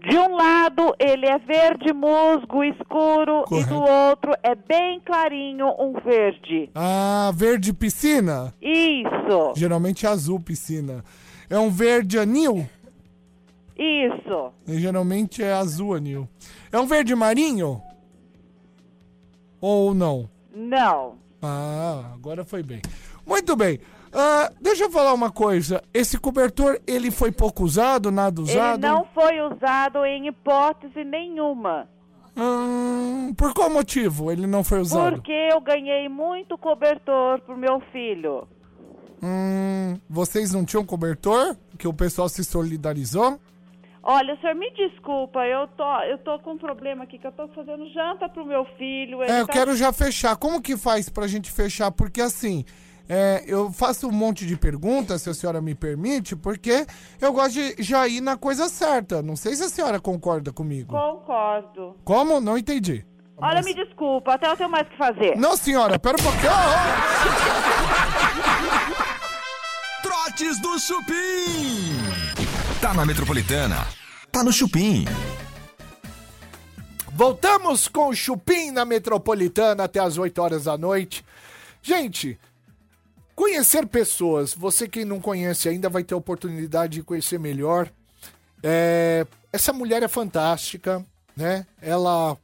[SPEAKER 7] De um lado ele é verde musgo escuro e
[SPEAKER 3] Correto.
[SPEAKER 7] do outro é bem clarinho um verde.
[SPEAKER 3] Ah, verde piscina?
[SPEAKER 7] Isso,
[SPEAKER 3] Geralmente é azul piscina. É um verde anil?
[SPEAKER 7] isso.
[SPEAKER 3] E geralmente é azul anil. É um verde marinho? Ou não?
[SPEAKER 7] Não.
[SPEAKER 3] Ah, agora foi bem. Muito bem. Ah, deixa eu falar uma coisa. Esse cobertor, ele foi pouco usado, nada usado?
[SPEAKER 7] Ele não foi usado em hipótese nenhuma.
[SPEAKER 3] Hum, por qual motivo ele não foi usado?
[SPEAKER 7] Porque eu ganhei muito cobertor pro meu filho.
[SPEAKER 3] Hum, vocês não tinham cobertor? Que o pessoal se solidarizou?
[SPEAKER 7] Olha, senhor, me desculpa, eu tô, eu tô com um problema aqui, que eu tô fazendo janta pro meu filho. ele
[SPEAKER 3] É, eu
[SPEAKER 7] tá-
[SPEAKER 3] quero já fechar. Como que faz pra gente fechar? Porque assim, é, eu faço um monte de perguntas, se a senhora me permite, porque eu gosto de já ir na coisa certa. Não sei se a senhora concorda comigo.
[SPEAKER 7] Concordo.
[SPEAKER 3] Como? Não entendi.
[SPEAKER 7] Olha, me desculpa, até eu tenho mais o que fazer.
[SPEAKER 3] Não, senhora, pera um pouquinho. Ah,
[SPEAKER 1] Trotes do Chupim. Tá na Metropolitana. Tá no Chupim.
[SPEAKER 3] ah. Voltamos com o Chupim na Metropolitana até as 8 horas da noite. Gente, conhecer pessoas. Você que não conhece ainda vai ter a oportunidade de conhecer melhor. É, essa mulher é fantástica, né? Ela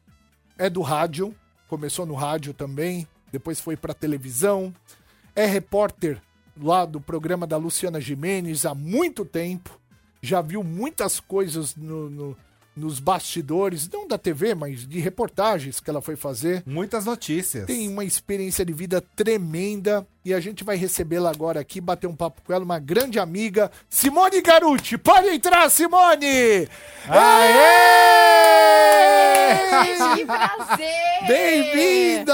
[SPEAKER 3] é do rádio, começou no rádio também, depois foi pra televisão, é repórter lá do programa da Luciana Jimenez há muito tempo, já viu muitas coisas no- no- nos bastidores, não da TV, mas de reportagens que ela foi fazer
[SPEAKER 4] Muitas notícias.
[SPEAKER 3] tem uma experiência de vida tremenda e a gente vai recebê-la agora aqui, bater um papo com ela, uma grande amiga, Simone Garuti. Pode entrar, Simone! Aê!
[SPEAKER 8] <laughs> Que prazer!
[SPEAKER 3] Bem-vinda!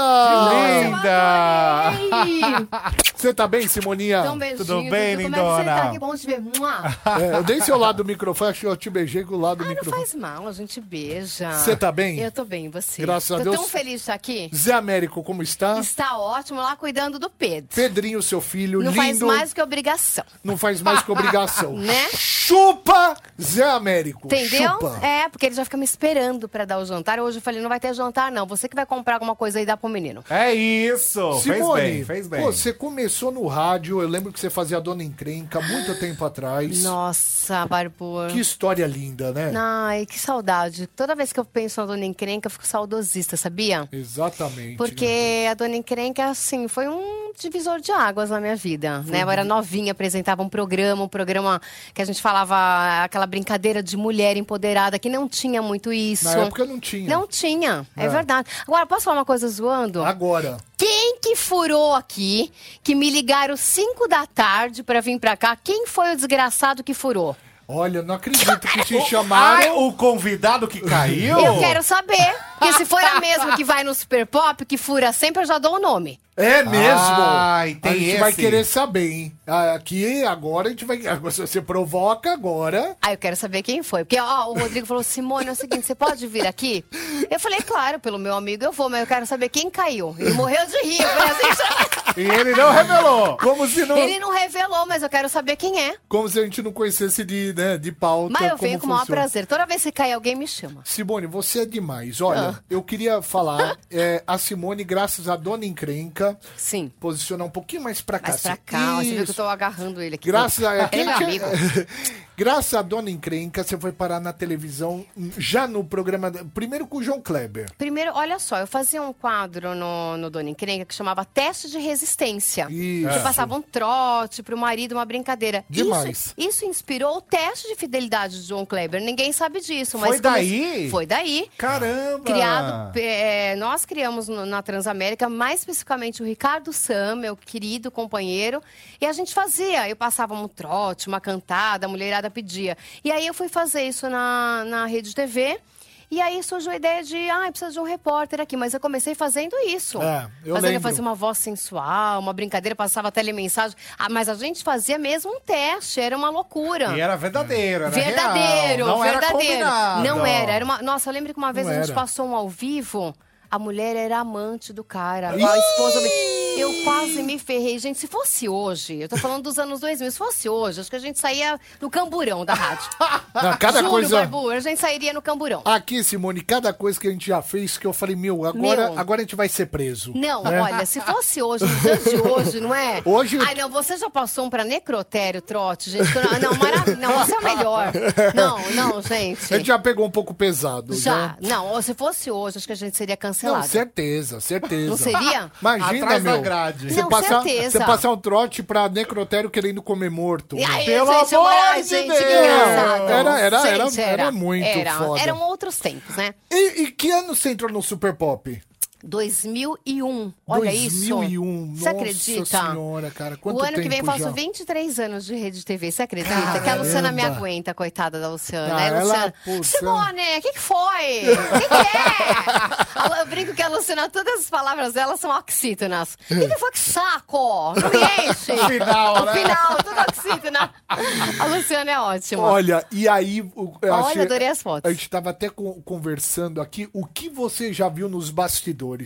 [SPEAKER 4] Linda!
[SPEAKER 3] Você tá bem, Simoninha?
[SPEAKER 8] Então, beijinho,
[SPEAKER 4] Tudo bem,
[SPEAKER 8] Dudu? Como é que você
[SPEAKER 4] lindona?
[SPEAKER 8] tá? Que bom te ver. Mua.
[SPEAKER 3] É, eu dei seu lado do microfone, acho que eu te beijei com o lado do
[SPEAKER 8] Ah, não
[SPEAKER 3] microfone.
[SPEAKER 8] faz mal, a gente beija.
[SPEAKER 3] Você tá bem?
[SPEAKER 8] Eu tô bem, e você?
[SPEAKER 3] Graças a
[SPEAKER 8] Tô
[SPEAKER 3] Deus.
[SPEAKER 8] tão feliz de estar aqui.
[SPEAKER 3] Zé Américo, como está?
[SPEAKER 8] Está ótimo lá cuidando do Pedro.
[SPEAKER 3] Pedrinho, seu filho,
[SPEAKER 8] Não
[SPEAKER 3] lindo.
[SPEAKER 8] faz mais que obrigação,
[SPEAKER 3] Não faz mais
[SPEAKER 8] <laughs>
[SPEAKER 3] que obrigação.
[SPEAKER 8] né?
[SPEAKER 3] Chupa, Zé Américo.
[SPEAKER 8] Entendeu?
[SPEAKER 3] Chupa.
[SPEAKER 8] É, porque ele já fica me esperando pra dar o jantar. Hoje eu falei, não vai ter jantar, não. Você que vai comprar alguma coisa aí e dá pro menino.
[SPEAKER 4] É isso!
[SPEAKER 3] Simone,
[SPEAKER 4] fez bem, fez bem.
[SPEAKER 3] pô, você começou no rádio, eu lembro que você fazia a Dona Encrenca muito tempo atrás.
[SPEAKER 8] Nossa, Barbor.
[SPEAKER 3] Que história linda, né?
[SPEAKER 8] Ai, que saudade. Toda vez que eu penso na Dona Encrenca, eu fico saudosista, sabia?
[SPEAKER 3] Exatamente.
[SPEAKER 8] Porque a Dona Encrenca, assim, foi um divisor de águas na minha vida, né? Eu era novinha, apresentava um programa, um programa que a gente falava aquela brincadeira de mulher empoderada, que não tinha muito isso.
[SPEAKER 3] Na época não tinha.
[SPEAKER 8] Não tinha, é, verdade. Agora, posso falar uma coisa zoando?
[SPEAKER 3] Agora.
[SPEAKER 8] Quem que furou aqui, que me ligaram 5 da tarde pra vir pra cá? Quem foi o desgraçado que furou?
[SPEAKER 3] Olha, não acredito que te
[SPEAKER 4] <laughs> Ai,
[SPEAKER 3] chamaram.
[SPEAKER 4] o convidado que caiu?
[SPEAKER 3] Oh.
[SPEAKER 8] Eu quero saber, porque se for a
[SPEAKER 3] <laughs>
[SPEAKER 8] mesma que vai no Super Pop, que fura sempre, eu já dou o nome.
[SPEAKER 3] É mesmo?
[SPEAKER 4] Ai, tem
[SPEAKER 3] a gente vai
[SPEAKER 4] esse.
[SPEAKER 3] querer saber, hein? Aqui, agora, a gente vai. agora, se Você provoca agora.
[SPEAKER 8] Ah, eu quero saber quem foi. Porque, ó, o Rodrigo falou, Simone, é o seguinte, você pode vir aqui? Eu falei, claro, pelo meu amigo eu vou, mas eu quero saber quem caiu. Ele morreu de rir. Eu falei assim, "Chama-"
[SPEAKER 3] E ele não
[SPEAKER 8] <laughs>
[SPEAKER 3] revelou.
[SPEAKER 4] Como se não.
[SPEAKER 8] Ele não revelou, mas eu quero saber quem é.
[SPEAKER 3] Como se a gente não conhecesse de, né, de pauta.
[SPEAKER 8] Mas eu
[SPEAKER 3] como
[SPEAKER 8] venho com o maior
[SPEAKER 3] funciona.
[SPEAKER 8] prazer. Toda vez que cai alguém, me chama.
[SPEAKER 3] Simone, você é demais. Olha,
[SPEAKER 8] Ah.
[SPEAKER 3] eu queria
[SPEAKER 8] <laughs>
[SPEAKER 3] falar, é, a Simone, graças à dona encrenca,
[SPEAKER 8] Sim.
[SPEAKER 3] posicionar um pouquinho mais pra cá.
[SPEAKER 8] Mas pra
[SPEAKER 3] assim.
[SPEAKER 8] cá, ó, você viu que eu
[SPEAKER 3] Isso.
[SPEAKER 8] tô agarrando ele aqui.
[SPEAKER 3] Graças a...
[SPEAKER 8] Ele é meu
[SPEAKER 3] Quem
[SPEAKER 8] amigo.
[SPEAKER 3] que- <laughs> Graças à dona encrenca, você foi parar na televisão, já no programa... Primeiro com o João Kleber.
[SPEAKER 8] Primeiro, olha só, eu fazia um quadro no, no Dona Encrenca que chamava Teste de Resistência.
[SPEAKER 3] Isso.
[SPEAKER 8] Que passava um trote pro marido, uma brincadeira.
[SPEAKER 3] Demais.
[SPEAKER 8] Isso, isso inspirou o teste de fidelidade de João Kleber. Ninguém sabe disso. Mas
[SPEAKER 4] Foi
[SPEAKER 8] come-
[SPEAKER 4] daí?
[SPEAKER 8] Foi daí.
[SPEAKER 4] Caramba!
[SPEAKER 8] Criado, é, nós criamos no- na Transamérica, mais especificamente o Ricardo Sam, meu querido companheiro, e a gente fazia. Eu passava um trote, uma cantada, a mulherada pedia. E aí eu fui fazer isso na, na rede TV. E aí surgiu a ideia de, ah, precisa de um repórter aqui. Mas eu comecei fazendo isso.
[SPEAKER 3] É, eu
[SPEAKER 8] fazendo,
[SPEAKER 3] lembro.
[SPEAKER 8] fazia uma voz sensual, uma brincadeira, passava telemensagem. Ah, mas a gente fazia mesmo um teste, era uma loucura.
[SPEAKER 4] E era verdadeiro, era
[SPEAKER 8] Verdadeiro,
[SPEAKER 4] real. Não
[SPEAKER 8] verdadeiro.
[SPEAKER 4] Era combinado.
[SPEAKER 8] não era. era uma... Nossa, eu lembro que uma vez
[SPEAKER 3] Não
[SPEAKER 8] a gente
[SPEAKER 3] era.
[SPEAKER 8] passou um ao vivo, a mulher era amante do cara. A esposa. Eu quase me ferrei. Gente, se fosse hoje, eu tô falando dos anos 2000, se fosse hoje, acho que a gente saía no camburão da rádio.
[SPEAKER 3] <laughs> Não, cada
[SPEAKER 8] Juro,
[SPEAKER 3] coisa... Ah,
[SPEAKER 8] Barbu, a gente sairia no camburão.
[SPEAKER 3] Aqui, Simone, cada coisa que a gente já fez que eu falei, meu, agora,
[SPEAKER 8] Meu.
[SPEAKER 3] agora a gente vai ser preso.
[SPEAKER 8] Não,
[SPEAKER 3] né?
[SPEAKER 8] olha, se fosse hoje, nos dias de hoje, não é?
[SPEAKER 3] Hoje-
[SPEAKER 8] Ai, não, você já passou um pra necrotério, trote, gente. que eu Não, não, maravilha. Não, você é o
[SPEAKER 3] <laughs>
[SPEAKER 8] melhor. Não, não, gente.
[SPEAKER 3] A gente já pegou um pouco pesado, né?
[SPEAKER 8] Já. Não, ou se fosse hoje, acho que a gente seria
[SPEAKER 3] Não, é
[SPEAKER 8] cancelado.
[SPEAKER 3] certeza, certeza.
[SPEAKER 8] Não seria?
[SPEAKER 3] Imagina,
[SPEAKER 4] Atrás da
[SPEAKER 3] meu.
[SPEAKER 4] grade.
[SPEAKER 3] Você
[SPEAKER 8] Não,
[SPEAKER 3] passar,
[SPEAKER 8] certeza.
[SPEAKER 3] você passar um trote pra necrotério querendo comer morto.
[SPEAKER 8] E aí,
[SPEAKER 4] Pelo
[SPEAKER 8] gente,
[SPEAKER 4] amor
[SPEAKER 8] olha,
[SPEAKER 4] de
[SPEAKER 8] gente, que
[SPEAKER 4] Deus!
[SPEAKER 8] engraçado.
[SPEAKER 3] Era- era- era-
[SPEAKER 8] Gente,
[SPEAKER 3] era muito
[SPEAKER 8] era,
[SPEAKER 3] foda.
[SPEAKER 8] Eram outros tempos, né?
[SPEAKER 3] E, e que ano você entrou no Super Pop?
[SPEAKER 8] 2001, olha isso.
[SPEAKER 3] 2001,
[SPEAKER 8] Você
[SPEAKER 3] nossa
[SPEAKER 8] acredita?
[SPEAKER 3] senhora, cara, quanto
[SPEAKER 8] o ano que vem
[SPEAKER 3] tempo
[SPEAKER 8] eu faço
[SPEAKER 3] já?
[SPEAKER 8] 23 anos de rede TV, você acredita? Que a
[SPEAKER 3] Caramba.
[SPEAKER 8] Luciana me aguenta, coitada da Luciana.
[SPEAKER 3] Ah,
[SPEAKER 8] Aí a
[SPEAKER 3] ela,
[SPEAKER 8] Luciana,
[SPEAKER 3] putz,
[SPEAKER 8] Simone, o que, que foi? O que, que
[SPEAKER 3] <laughs>
[SPEAKER 8] é? Eu brinco que a Luciana, todas as palavras dela são oxítonas. O que, que foi que saco? Não me
[SPEAKER 3] <laughs>
[SPEAKER 8] enche.
[SPEAKER 3] Final,
[SPEAKER 8] No
[SPEAKER 3] né?
[SPEAKER 8] final, tudo oxítona. A Luciana é ótima.
[SPEAKER 3] Olha, e aí... o- eu
[SPEAKER 8] Olha,
[SPEAKER 3] achei-
[SPEAKER 8] adorei as fotos.
[SPEAKER 3] A gente tava até con- conversando aqui, o que você já viu nos bastidores?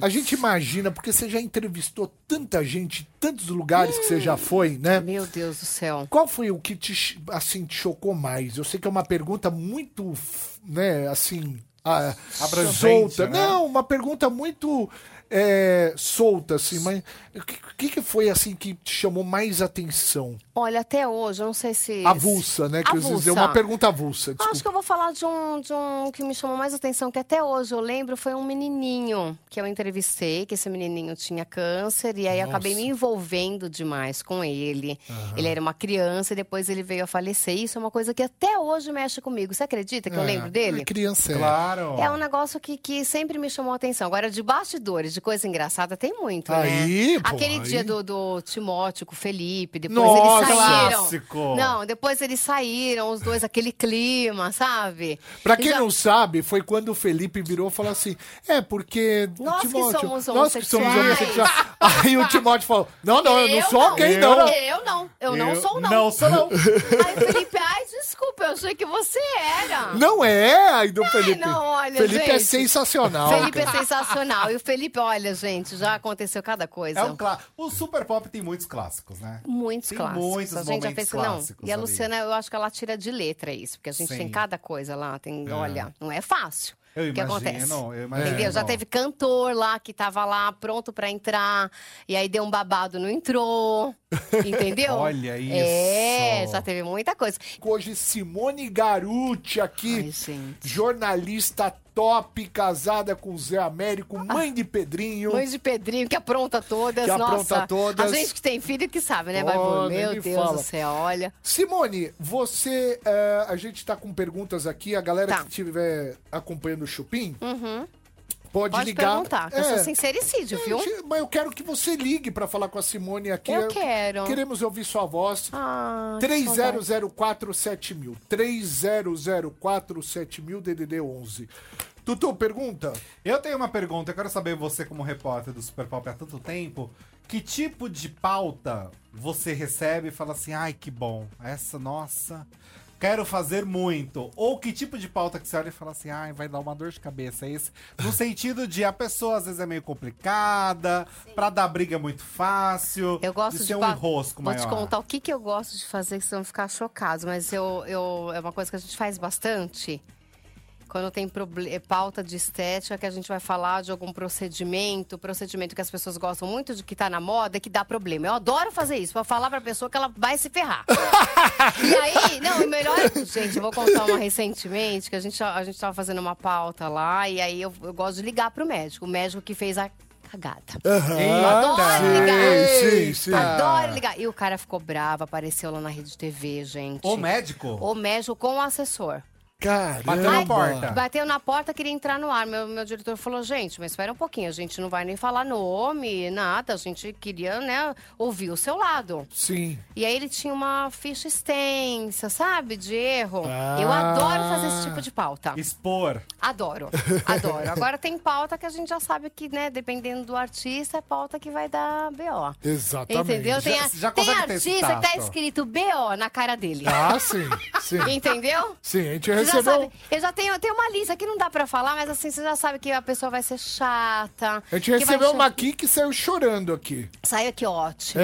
[SPEAKER 3] A gente imagina, porque você já entrevistou tanta gente, tantos lugares que você já foi, né?
[SPEAKER 8] Meu Deus do céu.
[SPEAKER 3] Qual foi o que te, ch- assim, te chocou mais? Eu sei que é uma pergunta muito, f- né, assim, a-
[SPEAKER 4] Abrangente,
[SPEAKER 3] solta.
[SPEAKER 4] né?
[SPEAKER 3] Não, uma pergunta muito é, solta, assim, mas o que- que, que foi, assim, que te chamou mais atenção?
[SPEAKER 8] Olha, até hoje, eu não sei se.
[SPEAKER 3] Avulsa, né? Que eu
[SPEAKER 8] Avulsa.
[SPEAKER 3] dizer, uma pergunta avulsa,
[SPEAKER 8] Ah, Acho que
[SPEAKER 3] desculpa.
[SPEAKER 8] eu vou falar de um, de um que me chamou mais atenção, que até hoje eu lembro, foi um menininho que eu entrevistei, que esse menininho tinha câncer, e aí eu acabei me envolvendo demais com ele. Ele era uma criança e depois ele veio a falecer. Isso é uma coisa que até hoje mexe comigo. Você acredita que eu lembro dele?
[SPEAKER 3] É, criança, é.
[SPEAKER 4] Claro.
[SPEAKER 8] É um negócio que, que sempre me chamou a atenção. Agora, de bastidores, de coisa engraçada, tem muito,
[SPEAKER 3] Aí,
[SPEAKER 8] né?
[SPEAKER 3] pô,
[SPEAKER 8] Aquele
[SPEAKER 3] aí.
[SPEAKER 8] dia do, do Timóteo com o Felipe, depois
[SPEAKER 3] Nossa,
[SPEAKER 8] eles saíram.
[SPEAKER 4] clássico.
[SPEAKER 8] Não, depois eles saíram, os dois, aquele clima, sabe?
[SPEAKER 3] Pra quem
[SPEAKER 8] Já-
[SPEAKER 3] não sabe, foi quando o Felipe virou e falou assim: É, porque.
[SPEAKER 8] Nós que
[SPEAKER 3] nós
[SPEAKER 8] somos
[SPEAKER 3] que somos
[SPEAKER 8] homossexuais."
[SPEAKER 3] homossexuais. Aí o Timóteo falou: Não, não, eu, não sou alguém, não.
[SPEAKER 8] Eu não, eu, não
[SPEAKER 4] Eu
[SPEAKER 8] sou, não.
[SPEAKER 4] não sou,
[SPEAKER 8] <laughs>
[SPEAKER 4] não.
[SPEAKER 8] Aí o Felipe, ai, desculpa, eu achei que você era.
[SPEAKER 3] Não é, aí do Felipe.
[SPEAKER 8] não, olha,
[SPEAKER 3] Felipe é
[SPEAKER 8] gente.
[SPEAKER 3] sensacional.
[SPEAKER 8] Felipe é
[SPEAKER 3] cara.
[SPEAKER 8] sensacional. E o Felipe, olha, gente, já aconteceu cada coisa.
[SPEAKER 4] É um clá- O Super Pop tem muitos clássicos, né?
[SPEAKER 8] Muitos
[SPEAKER 4] Tem
[SPEAKER 8] clássicos.
[SPEAKER 4] muitos
[SPEAKER 8] a gente já
[SPEAKER 4] momentos
[SPEAKER 8] fez, não.
[SPEAKER 4] clássicos
[SPEAKER 8] E é a
[SPEAKER 4] ali.
[SPEAKER 8] Luciana, eu acho que ela tira de letra isso, porque a gente
[SPEAKER 4] Sim.
[SPEAKER 8] tem cada coisa lá. Tem, Olha, não é fácil.
[SPEAKER 4] Eu
[SPEAKER 8] o que acontece?
[SPEAKER 4] imagino, eu imagino.
[SPEAKER 8] Entendeu? Já teve cantor lá que tava lá pronto pra entrar, e aí deu um babado,
[SPEAKER 4] <laughs>
[SPEAKER 8] não entrou. Entendeu?
[SPEAKER 4] Olha
[SPEAKER 8] É,
[SPEAKER 4] isso.
[SPEAKER 8] já teve muita coisa.
[SPEAKER 3] Hoje, Simone Garuti aqui,
[SPEAKER 8] Ai, gente.
[SPEAKER 3] jornalista top, casada com Zé Américo, mãe de Pedrinho.
[SPEAKER 8] Ah. Mãe de Pedrinho, que apronta todas,
[SPEAKER 3] Que apronta
[SPEAKER 8] nossa.
[SPEAKER 3] todas.
[SPEAKER 8] A gente que tem filho que sabe, né,
[SPEAKER 3] Oh,
[SPEAKER 8] Barbu?
[SPEAKER 3] nem me
[SPEAKER 8] Meu Deus
[SPEAKER 3] fala.
[SPEAKER 8] do céu, olha.
[SPEAKER 3] Simone, você. é, a gente tá com perguntas aqui, a galera
[SPEAKER 8] Tá. Uhum.
[SPEAKER 3] que estiver acompanhando o Chupim. Pode,
[SPEAKER 8] Pode
[SPEAKER 3] ligar. É.
[SPEAKER 8] perguntar, que eu
[SPEAKER 4] É.
[SPEAKER 8] sou sincericídio, viu?
[SPEAKER 3] Gente, Mas eu quero que você ligue pra falar com a Simone aqui.
[SPEAKER 8] Eu quero.
[SPEAKER 3] Queremos ouvir sua voz.
[SPEAKER 8] Ah, que saudade.
[SPEAKER 3] 30047000. 30047000 DDD 11. Tutu, pergunta.
[SPEAKER 4] Eu tenho uma pergunta, eu quero saber você como repórter do Super Pop há tanto tempo, que tipo de pauta você recebe e fala assim, ai que bom, essa nossa, quero fazer muito. Ou que tipo de pauta que você olha e fala assim, ai, vai dar uma dor de cabeça esse. No sentido de a pessoa às vezes é meio complicada, pra dar briga é muito fácil.
[SPEAKER 8] Eu gosto de,
[SPEAKER 4] ser um
[SPEAKER 8] pa-
[SPEAKER 4] enrosco
[SPEAKER 8] Vou
[SPEAKER 4] maior. <laughs>
[SPEAKER 8] te contar o que, que eu gosto de fazer, que vocês vão ficar chocados. Mas eu, eu, é uma coisa que a gente faz bastante. Quando tem proble- eh, pauta de estética, que a gente vai falar de algum procedimento, procedimento que as pessoas gostam muito, de que tá na moda, e que dá problema. Eu adoro fazer isso, pra falar pra pessoa que ela vai se ferrar. e aí, não, o melhor. Gente, eu vou contar uma recentemente, que a gente, a gente tava fazendo uma pauta lá, e aí eu, eu gosto de ligar pro médico, o médico que fez a cagada. Eu adoro
[SPEAKER 3] Ah,
[SPEAKER 8] ligar.
[SPEAKER 3] tá. Sim, sim, sim.
[SPEAKER 8] Adoro ligar. E o cara ficou bravo, apareceu lá na rede TV, gente.
[SPEAKER 4] O médico?
[SPEAKER 8] O médico com o assessor.
[SPEAKER 3] Caramba.
[SPEAKER 4] Bateu na porta.
[SPEAKER 8] Bateu na porta, queria entrar no ar. Meu, meu diretor falou, gente, mas espera um pouquinho, a gente não vai nem falar nome, nada. A gente queria, né, ouvir o seu lado.
[SPEAKER 3] Sim.
[SPEAKER 8] E aí ele tinha uma ficha extensa, sabe, de erro.
[SPEAKER 3] Ah.
[SPEAKER 8] Eu adoro fazer esse tipo de pauta.
[SPEAKER 4] Expor.
[SPEAKER 8] Adoro, adoro. Agora tem pauta que a gente já sabe que, né, dependendo do artista, é pauta que vai dar B.O.
[SPEAKER 3] Exatamente.
[SPEAKER 8] Entendeu? Tem, a-
[SPEAKER 4] Já- já
[SPEAKER 8] tem
[SPEAKER 4] consegue ter esse
[SPEAKER 8] artista que tá
[SPEAKER 4] tato.
[SPEAKER 8] escrito B.O. na cara dele.
[SPEAKER 3] Ah, sim, sim.
[SPEAKER 8] Entendeu?
[SPEAKER 3] Sim, a gente
[SPEAKER 8] Você já
[SPEAKER 3] recebeu...
[SPEAKER 8] sabe, eu já tenho, eu tenho uma lista que não dá pra falar, mas assim, você já sabe que a pessoa vai ser chata.
[SPEAKER 3] A gente
[SPEAKER 8] que vai
[SPEAKER 3] recebeu
[SPEAKER 8] cho-
[SPEAKER 3] uma aqui que saiu chorando aqui. É,
[SPEAKER 8] Saiu aqui ótimo.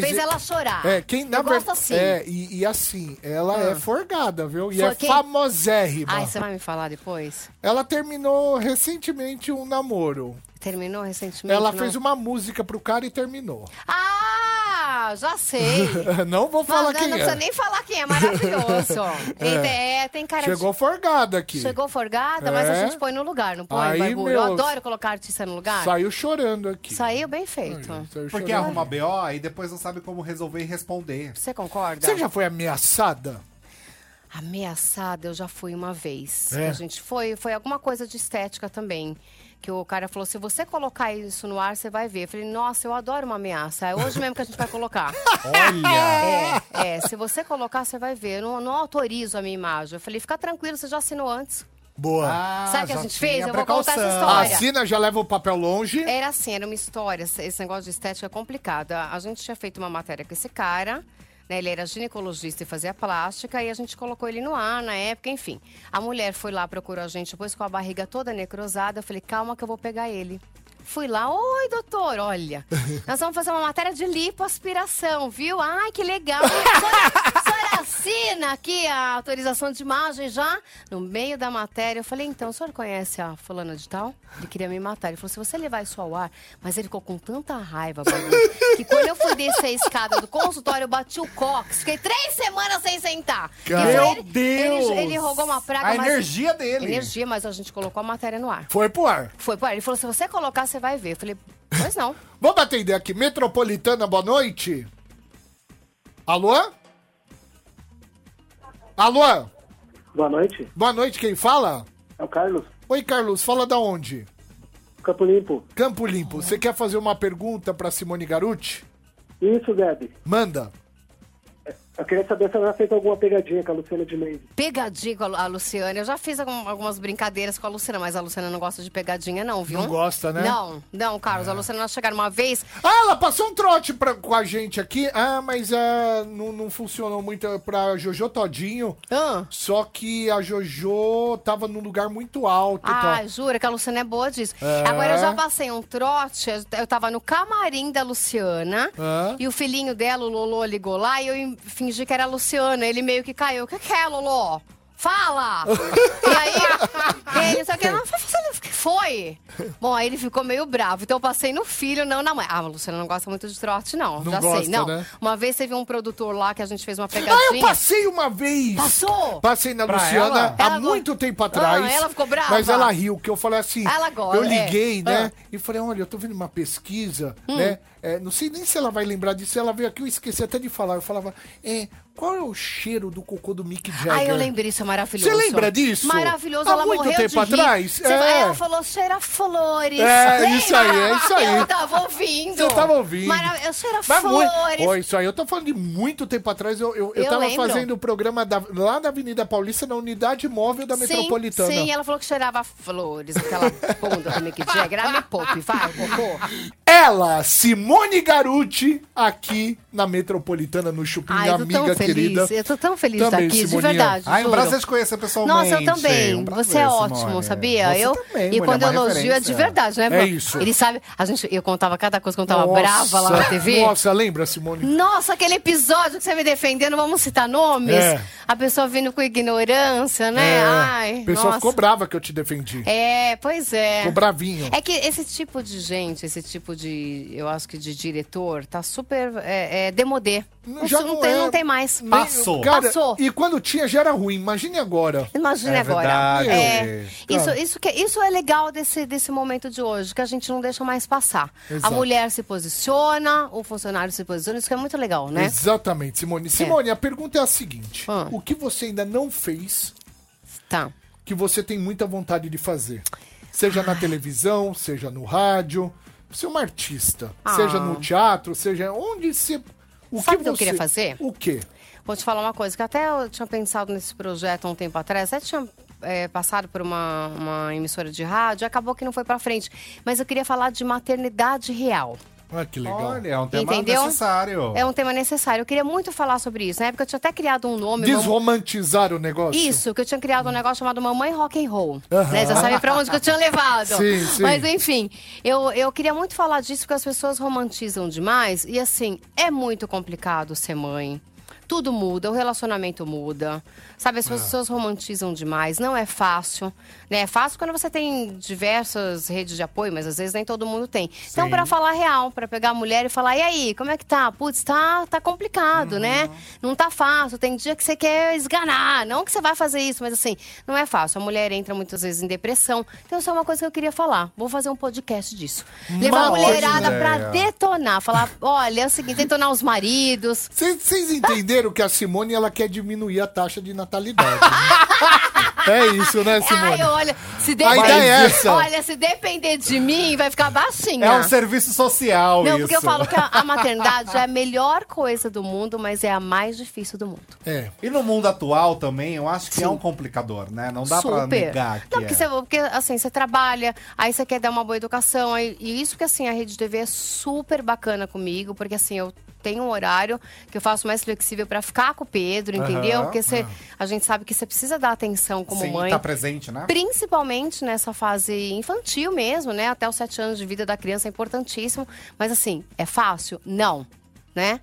[SPEAKER 8] Fez
[SPEAKER 3] e-
[SPEAKER 8] ela chorar.
[SPEAKER 3] É, quem na
[SPEAKER 8] eu
[SPEAKER 3] ver-
[SPEAKER 8] gosto assim.
[SPEAKER 3] É, e, e assim, ela é forgada, viu? E
[SPEAKER 8] Foi
[SPEAKER 3] é
[SPEAKER 8] quem?
[SPEAKER 3] famosérrima.
[SPEAKER 8] Ai, você vai me falar depois?
[SPEAKER 3] Ela terminou recentemente um namoro.
[SPEAKER 8] Terminou recentemente?
[SPEAKER 3] Ela
[SPEAKER 8] não?
[SPEAKER 3] fez um- uma música pro cara e terminou.
[SPEAKER 8] Ah, já sei.
[SPEAKER 3] <laughs> Não vou
[SPEAKER 8] Mas
[SPEAKER 3] falar
[SPEAKER 8] não,
[SPEAKER 3] quem
[SPEAKER 8] não
[SPEAKER 3] é.
[SPEAKER 8] precisa nem falar quem
[SPEAKER 3] <laughs>
[SPEAKER 8] é, maravilhoso. Eita, é, tem cara de
[SPEAKER 3] Chegou forgada aqui.
[SPEAKER 8] Chegou forgada, mas a
[SPEAKER 3] É.
[SPEAKER 8] gente põe no lugar, não põe,
[SPEAKER 3] Aí,
[SPEAKER 8] Barbu?
[SPEAKER 3] meu,
[SPEAKER 8] Eu adoro colocar artista no lugar.
[SPEAKER 3] Saiu chorando aqui.
[SPEAKER 8] Saiu bem feito.
[SPEAKER 3] Saiu
[SPEAKER 4] Porque
[SPEAKER 3] chorando.
[SPEAKER 4] arruma BO e depois não sabe como resolver e
[SPEAKER 8] <laughs>
[SPEAKER 4] responder.
[SPEAKER 8] Você concorda?
[SPEAKER 3] é- Você já foi ameaçada?
[SPEAKER 8] Ameaçada, eu já fui uma vez.
[SPEAKER 3] É.
[SPEAKER 8] A gente foi, foi alguma coisa de estética também. Que o cara falou: se você colocar isso no ar, você vai ver. Eu falei, nossa, eu adoro uma ameaça. É hoje mesmo que a gente
[SPEAKER 3] <laughs>
[SPEAKER 8] vai colocar.
[SPEAKER 4] Olha!
[SPEAKER 8] é, é, se você colocar, você vai ver. Eu não, não autorizo a minha imagem. Eu falei, fica tranquilo, você já assinou antes.
[SPEAKER 3] Boa.
[SPEAKER 8] Sabe o que a
[SPEAKER 4] Ah, já
[SPEAKER 8] gente fez?
[SPEAKER 4] tinha
[SPEAKER 8] Eu vou contar essa
[SPEAKER 4] precaução.
[SPEAKER 8] olha.
[SPEAKER 3] Assina, já leva o papel longe.
[SPEAKER 8] Era assim, era uma história. esse- Esse negócio de estética é complicado. A a gente tinha feito uma matéria com esse cara, né? Ele era ginecologista e fazia plástica, e a gente colocou ele no ar na época, enfim. A mulher foi lá, procurou a gente depois com a barriga toda necrosada. Eu falei, calma que eu vou pegar ele. Fui lá, oi doutor, olha, nós vamos fazer uma matéria de lipoaspiração, viu? Ai, que legal! A senhora assina aqui a autorização de imagem já? No meio da matéria, eu falei, então, o senhor conhece a fulana de tal? Ele queria me matar. Ele falou, se você levar isso ao ar, mas ele ficou com tanta raiva, Babu, que quando eu fui descer a escada do consultório, eu bati o cox. Fiquei três semanas sem sentar.
[SPEAKER 3] Meu
[SPEAKER 8] Isso, ele-
[SPEAKER 3] Deus!
[SPEAKER 8] Ele, ele rogou uma praga,
[SPEAKER 4] A
[SPEAKER 8] mas...
[SPEAKER 4] energia dele.
[SPEAKER 8] Energia, mas a gente colocou a matéria no ar.
[SPEAKER 3] Foi pro ar.
[SPEAKER 8] Foi, pô, ele falou, se você colocar, você vai ver. Eu falei, pois não.
[SPEAKER 3] Vamos atender aqui. Metropolitana, boa noite. Alô? Alô?
[SPEAKER 9] Boa noite,
[SPEAKER 3] Boa noite, quem fala?
[SPEAKER 9] é o Carlos,
[SPEAKER 3] Oi, Carlos, fala da onde?
[SPEAKER 9] Campo Limpo.
[SPEAKER 3] Campo Limpo, você quer fazer uma pergunta pra Simone Garuti?
[SPEAKER 9] Isso, Gabi.
[SPEAKER 3] Manda.
[SPEAKER 9] Eu queria saber se ela fez alguma pegadinha com a Luciana de Mendes.
[SPEAKER 8] Pegadinha com a Lu- a Luciana. Eu já fiz algum- algumas brincadeiras com a Luciana, mas a Luciana não gosta de pegadinha, não, viu?
[SPEAKER 3] Não gosta, né?
[SPEAKER 8] Não, não, Carlos. A Luciana nós chegaram uma vez.
[SPEAKER 3] Ah, ela passou um trote pra, com a gente aqui. Ah, mas ah, não, não funcionou muito pra Jojo Todinho.
[SPEAKER 8] Ah,
[SPEAKER 3] Só que a Jojo tava num lugar muito alto. e tal.
[SPEAKER 8] ah, jura que a Luciana é boa disso. Agora eu já passei um trote, eu tava no camarim da Luciana
[SPEAKER 3] Ah.
[SPEAKER 8] e o filhinho dela, o Lolô, ligou lá e eu em- fingi que era a Luciana. Ele meio que caiu. O que, que é, Lolô?
[SPEAKER 3] <laughs>
[SPEAKER 8] Fala! e aí, ele só que ela "Mas o que foi? Bom, aí ele ficou meio bravo. Então eu passei no filho, não na mãe. Ah, a Luciana não gosta muito de trote, não.
[SPEAKER 3] Não
[SPEAKER 8] já
[SPEAKER 3] gosta,
[SPEAKER 8] sei, não.
[SPEAKER 3] né?
[SPEAKER 8] Uma vez teve um produtor lá que a gente fez uma
[SPEAKER 3] Ah, eu
[SPEAKER 8] pegadinha.
[SPEAKER 3] passei uma vez.
[SPEAKER 8] Passou?
[SPEAKER 3] Passei na
[SPEAKER 4] Pra
[SPEAKER 3] Luciana
[SPEAKER 4] ela?
[SPEAKER 3] há
[SPEAKER 8] Ela go-
[SPEAKER 3] muito tempo atrás.
[SPEAKER 8] Ah, ela ficou brava?
[SPEAKER 3] Mas ela riu, que eu falei assim.
[SPEAKER 8] Ela gosta,
[SPEAKER 3] Eu liguei,
[SPEAKER 8] é. Hum.
[SPEAKER 3] né? E falei, olha, eu tô vendo uma pesquisa, né? É, não sei nem se ela vai lembrar disso. Ela veio aqui, eu esqueci até de falar. Eu falava, é, qual é o cheiro do cocô do Mick Jagger?
[SPEAKER 8] Ai, eu lembrei, isso é maravilhoso.
[SPEAKER 3] Você lembra disso?
[SPEAKER 8] Maravilhoso,
[SPEAKER 3] Há
[SPEAKER 8] ela
[SPEAKER 3] muito
[SPEAKER 8] morreu
[SPEAKER 3] tempo
[SPEAKER 8] de rir.
[SPEAKER 3] atrás,
[SPEAKER 8] Você
[SPEAKER 3] é.
[SPEAKER 8] vai- Ela falou, cheira flores.
[SPEAKER 3] É,
[SPEAKER 8] Lembra?
[SPEAKER 3] isso aí, é isso aí.
[SPEAKER 8] Eu tava ouvindo.
[SPEAKER 3] Você tava ouvindo.
[SPEAKER 8] Mara... Eu cheira
[SPEAKER 3] Mas
[SPEAKER 8] flores.
[SPEAKER 3] muito- Ó, isso aí, eu tô falando de muito tempo atrás. Eu, eu, eu
[SPEAKER 8] Eu
[SPEAKER 3] tava
[SPEAKER 8] lembro.
[SPEAKER 3] fazendo o programa da- lá na Avenida Paulista, na unidade móvel da Metropolitana.
[SPEAKER 8] Sim, ela falou que cheirava flores, aquela bunda do Mick Jagger. Ah, me poupe, vai, cocô.
[SPEAKER 3] Ela, Simone Garuti, aqui na Metropolitana, no Chupim,
[SPEAKER 8] Ai,
[SPEAKER 3] minha
[SPEAKER 8] tô tão
[SPEAKER 3] amiga
[SPEAKER 8] feliz.
[SPEAKER 3] querida.
[SPEAKER 8] Eu tô tão feliz
[SPEAKER 3] Também,
[SPEAKER 8] daqui, de
[SPEAKER 3] Simoninha.
[SPEAKER 8] verdade.
[SPEAKER 4] Ah, é um
[SPEAKER 8] juro.
[SPEAKER 4] prazer te conhecer pessoalmente.
[SPEAKER 8] Nossa, eu também.
[SPEAKER 4] Um prazer,
[SPEAKER 8] você é ótimo,
[SPEAKER 4] Simone.
[SPEAKER 8] sabia?
[SPEAKER 4] Você
[SPEAKER 8] eu
[SPEAKER 4] também,
[SPEAKER 8] e
[SPEAKER 4] mulher,
[SPEAKER 8] quando
[SPEAKER 4] é
[SPEAKER 8] eu
[SPEAKER 4] uma
[SPEAKER 8] elogio é de
[SPEAKER 4] referência.
[SPEAKER 8] verdade, né? irmão?
[SPEAKER 3] É isso.
[SPEAKER 8] Ele sabe, a gente, eu contava cada coisa quando eu tava
[SPEAKER 3] Nossa.
[SPEAKER 8] brava lá na TV. Nossa.
[SPEAKER 3] Nossa, lembra, Simone?
[SPEAKER 8] aquele episódio que você me defendendo, vamos citar nomes.
[SPEAKER 3] É.
[SPEAKER 8] A pessoa vindo com ignorância, né? Ai,
[SPEAKER 3] a pessoa
[SPEAKER 8] nossa.
[SPEAKER 3] ficou brava que eu te defendi.
[SPEAKER 8] É, pois é.
[SPEAKER 3] Ficou bravinho.
[SPEAKER 8] É que esse tipo de gente, esse tipo de, eu acho que de diretor, tá super é, é, demodê. Não,
[SPEAKER 3] Já
[SPEAKER 8] não tem,
[SPEAKER 3] é.
[SPEAKER 8] não tem mais.
[SPEAKER 3] Nem-
[SPEAKER 4] Passou.
[SPEAKER 3] Cara,
[SPEAKER 8] Passou.
[SPEAKER 3] E quando tinha já era ruim, imagine agora.
[SPEAKER 8] Imagina
[SPEAKER 4] É
[SPEAKER 8] agora.
[SPEAKER 4] verdade.
[SPEAKER 8] É, isso,
[SPEAKER 3] Cara.
[SPEAKER 8] isso, que, isso é legal desse, desse momento de hoje, que a gente não deixa mais passar. A
[SPEAKER 3] Exato.
[SPEAKER 8] mulher se posiciona, o funcionário se posiciona, isso que é muito legal, né?
[SPEAKER 3] Exatamente, Simone. Simone, a pergunta é a seguinte:
[SPEAKER 8] Ah.
[SPEAKER 3] o que você ainda não fez
[SPEAKER 8] Tá.
[SPEAKER 3] que você tem muita vontade de fazer? Seja na televisão, seja no rádio, você é uma artista,
[SPEAKER 8] Ah.
[SPEAKER 3] seja no teatro, seja onde você. O
[SPEAKER 8] Sabe o que eu queria fazer?
[SPEAKER 3] O quê?
[SPEAKER 8] Vou te falar uma coisa, que até eu tinha pensado nesse projeto há um tempo atrás, até tinha é, passado por uma, uma emissora de rádio, acabou que não foi pra frente. Mas eu queria falar de maternidade real.
[SPEAKER 3] Ah, que legal.
[SPEAKER 4] Olha, é um tema
[SPEAKER 8] Entendeu?
[SPEAKER 4] necessário.
[SPEAKER 8] É um tema necessário. Eu queria muito falar sobre isso. Na época eu tinha até criado um nome. meu-
[SPEAKER 3] Desromantizar o negócio?
[SPEAKER 8] Isso, que eu tinha criado um negócio chamado Mamãe Rock and Roll. Né? Já sabe pra onde que
[SPEAKER 3] <laughs>
[SPEAKER 8] eu tinha levado.
[SPEAKER 3] Sim, sim.
[SPEAKER 8] Mas enfim, eu, eu queria muito falar disso porque as pessoas romantizam demais. E assim, é muito complicado ser mãe. Tudo muda, o relacionamento muda. Sabe,
[SPEAKER 3] É.
[SPEAKER 8] as pessoas romantizam demais, não é fácil. Né? É fácil quando você tem diversas redes de apoio, mas às vezes nem todo mundo tem. Então, pra falar real, pra pegar a mulher e falar, e aí, como é que tá? Putz, tá, tá complicado, né?
[SPEAKER 3] Uhum.
[SPEAKER 8] Não tá fácil, tem dia que você quer esganar, não que você vai fazer isso, mas assim, não é fácil. A mulher entra muitas vezes em depressão. Então, isso é uma coisa que eu queria falar. Vou fazer um podcast disso. Levar a
[SPEAKER 3] ótima
[SPEAKER 8] mulherada pra
[SPEAKER 4] ideia.
[SPEAKER 8] detonar, falar, olha, é o seguinte, detonar os maridos.
[SPEAKER 3] Vocês entenderam que a Simone ela quer diminuir a taxa de natalidade.
[SPEAKER 8] <laughs>
[SPEAKER 3] né? é isso, né, Simone?
[SPEAKER 8] Ai, olha, se
[SPEAKER 3] A
[SPEAKER 8] depender,
[SPEAKER 3] ideia é essa.
[SPEAKER 8] olha, se depender de mim, vai ficar baixinha.
[SPEAKER 4] É um serviço social
[SPEAKER 8] não,
[SPEAKER 4] isso.
[SPEAKER 8] porque eu
[SPEAKER 4] <laughs>
[SPEAKER 8] falo que um a, a maternidade é a melhor coisa do mundo, mas é a mais difícil do mundo.
[SPEAKER 3] É.
[SPEAKER 4] E no mundo atual também, eu acho que
[SPEAKER 8] Sim.
[SPEAKER 4] é um complicador, né? Não dá pra
[SPEAKER 8] Super.
[SPEAKER 4] negar que
[SPEAKER 8] não, porque,
[SPEAKER 4] é.
[SPEAKER 8] você, porque assim, você trabalha, aí você quer dar uma boa educação. Aí, e isso que assim, a Rede TV é super bacana comigo, porque assim, eu tenho um horário que eu faço mais flexível pra ficar com o Pedro, entendeu?
[SPEAKER 4] Aham, Ah.
[SPEAKER 8] Porque você, a gente sabe que você precisa dar atenção como
[SPEAKER 4] Sim,
[SPEAKER 8] mãe.
[SPEAKER 4] tá presente, né?
[SPEAKER 8] Principalmente nessa fase infantil mesmo, né? Até os sete anos de vida da criança é importantíssimo. Mas assim, é fácil? Não, né?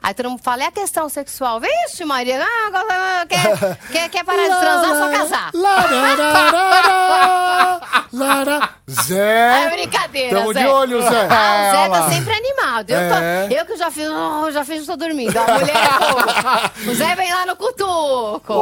[SPEAKER 8] Aí todo mundo fala, é a questão sexual. Vixe, Maria, ah, agora,
[SPEAKER 3] <laughs>
[SPEAKER 8] ah, quer, quer, quer parar de transar, só casar.
[SPEAKER 3] Larararara, lara. Zé.
[SPEAKER 8] É brincadeira,
[SPEAKER 3] Tamo
[SPEAKER 8] Zé.
[SPEAKER 3] de olho, Zé.
[SPEAKER 8] Ah, o Zé tá
[SPEAKER 3] Ela.
[SPEAKER 8] sempre animado. Eu, tô-
[SPEAKER 3] É.
[SPEAKER 8] eu que já fiz, oh, já fiz, tô dormindo. A mulher é
[SPEAKER 3] <laughs>
[SPEAKER 8] fogo. O Zé vem lá no cutuco.
[SPEAKER 3] Ô,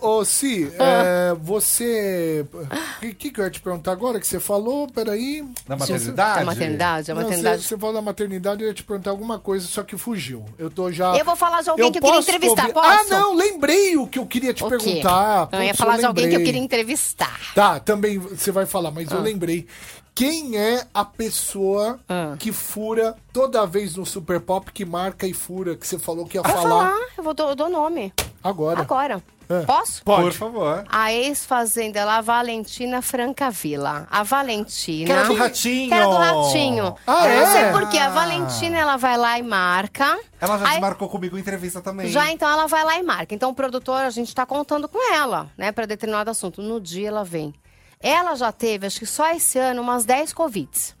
[SPEAKER 3] ô, ô,
[SPEAKER 8] <laughs>
[SPEAKER 3] Si,
[SPEAKER 8] Ah.
[SPEAKER 3] é, você. O que, que que eu ia te perguntar agora que você falou? Peraí.
[SPEAKER 4] Na
[SPEAKER 3] Você-
[SPEAKER 4] maternidade?
[SPEAKER 8] A É maternidade, a
[SPEAKER 3] Não,
[SPEAKER 8] maternidade.
[SPEAKER 3] Você, você falou da maternidade, eu ia te perguntar alguma coisa, só que fugiu. Eu tô já.
[SPEAKER 8] Eu vou falar de alguém que eu queria
[SPEAKER 3] posso
[SPEAKER 8] entrevistar,
[SPEAKER 3] ouvir-
[SPEAKER 8] posso?
[SPEAKER 3] Ah, não, lembrei o que eu queria te
[SPEAKER 8] O quê?
[SPEAKER 3] perguntar.
[SPEAKER 8] Eu ia
[SPEAKER 3] Putz,
[SPEAKER 8] falar de alguém que eu
[SPEAKER 3] lembrei.
[SPEAKER 8] queria entrevistar.
[SPEAKER 3] Tá, também você vai falar, mas eu lembrei. Quem é a pessoa
[SPEAKER 8] Ah.
[SPEAKER 3] que fura toda vez no Super Pop que marca e fura, que você falou que ia
[SPEAKER 8] Eu vou
[SPEAKER 3] falar
[SPEAKER 8] falar, eu, vou, dou- eu dou nome.
[SPEAKER 3] agora?
[SPEAKER 8] Agora.
[SPEAKER 3] É.
[SPEAKER 8] Posso?
[SPEAKER 4] Por favor.
[SPEAKER 8] A ex-fazenda lá, Valentina Francavilla. A Valentina.
[SPEAKER 4] Que era do Ratinho.
[SPEAKER 8] Que era do ratinho.
[SPEAKER 3] Ah,
[SPEAKER 8] eu não sei
[SPEAKER 3] é?
[SPEAKER 8] porquê. A Valentina, ela vai lá e marca.
[SPEAKER 4] Ela já
[SPEAKER 8] Aí-
[SPEAKER 4] desmarcou comigo entrevista também.
[SPEAKER 8] Já então ela vai lá e marca. Então o produtor, a gente tá contando com ela, né, para determinado assunto. No dia ela vem. Ela já teve, acho que só esse ano, umas 10 Covids.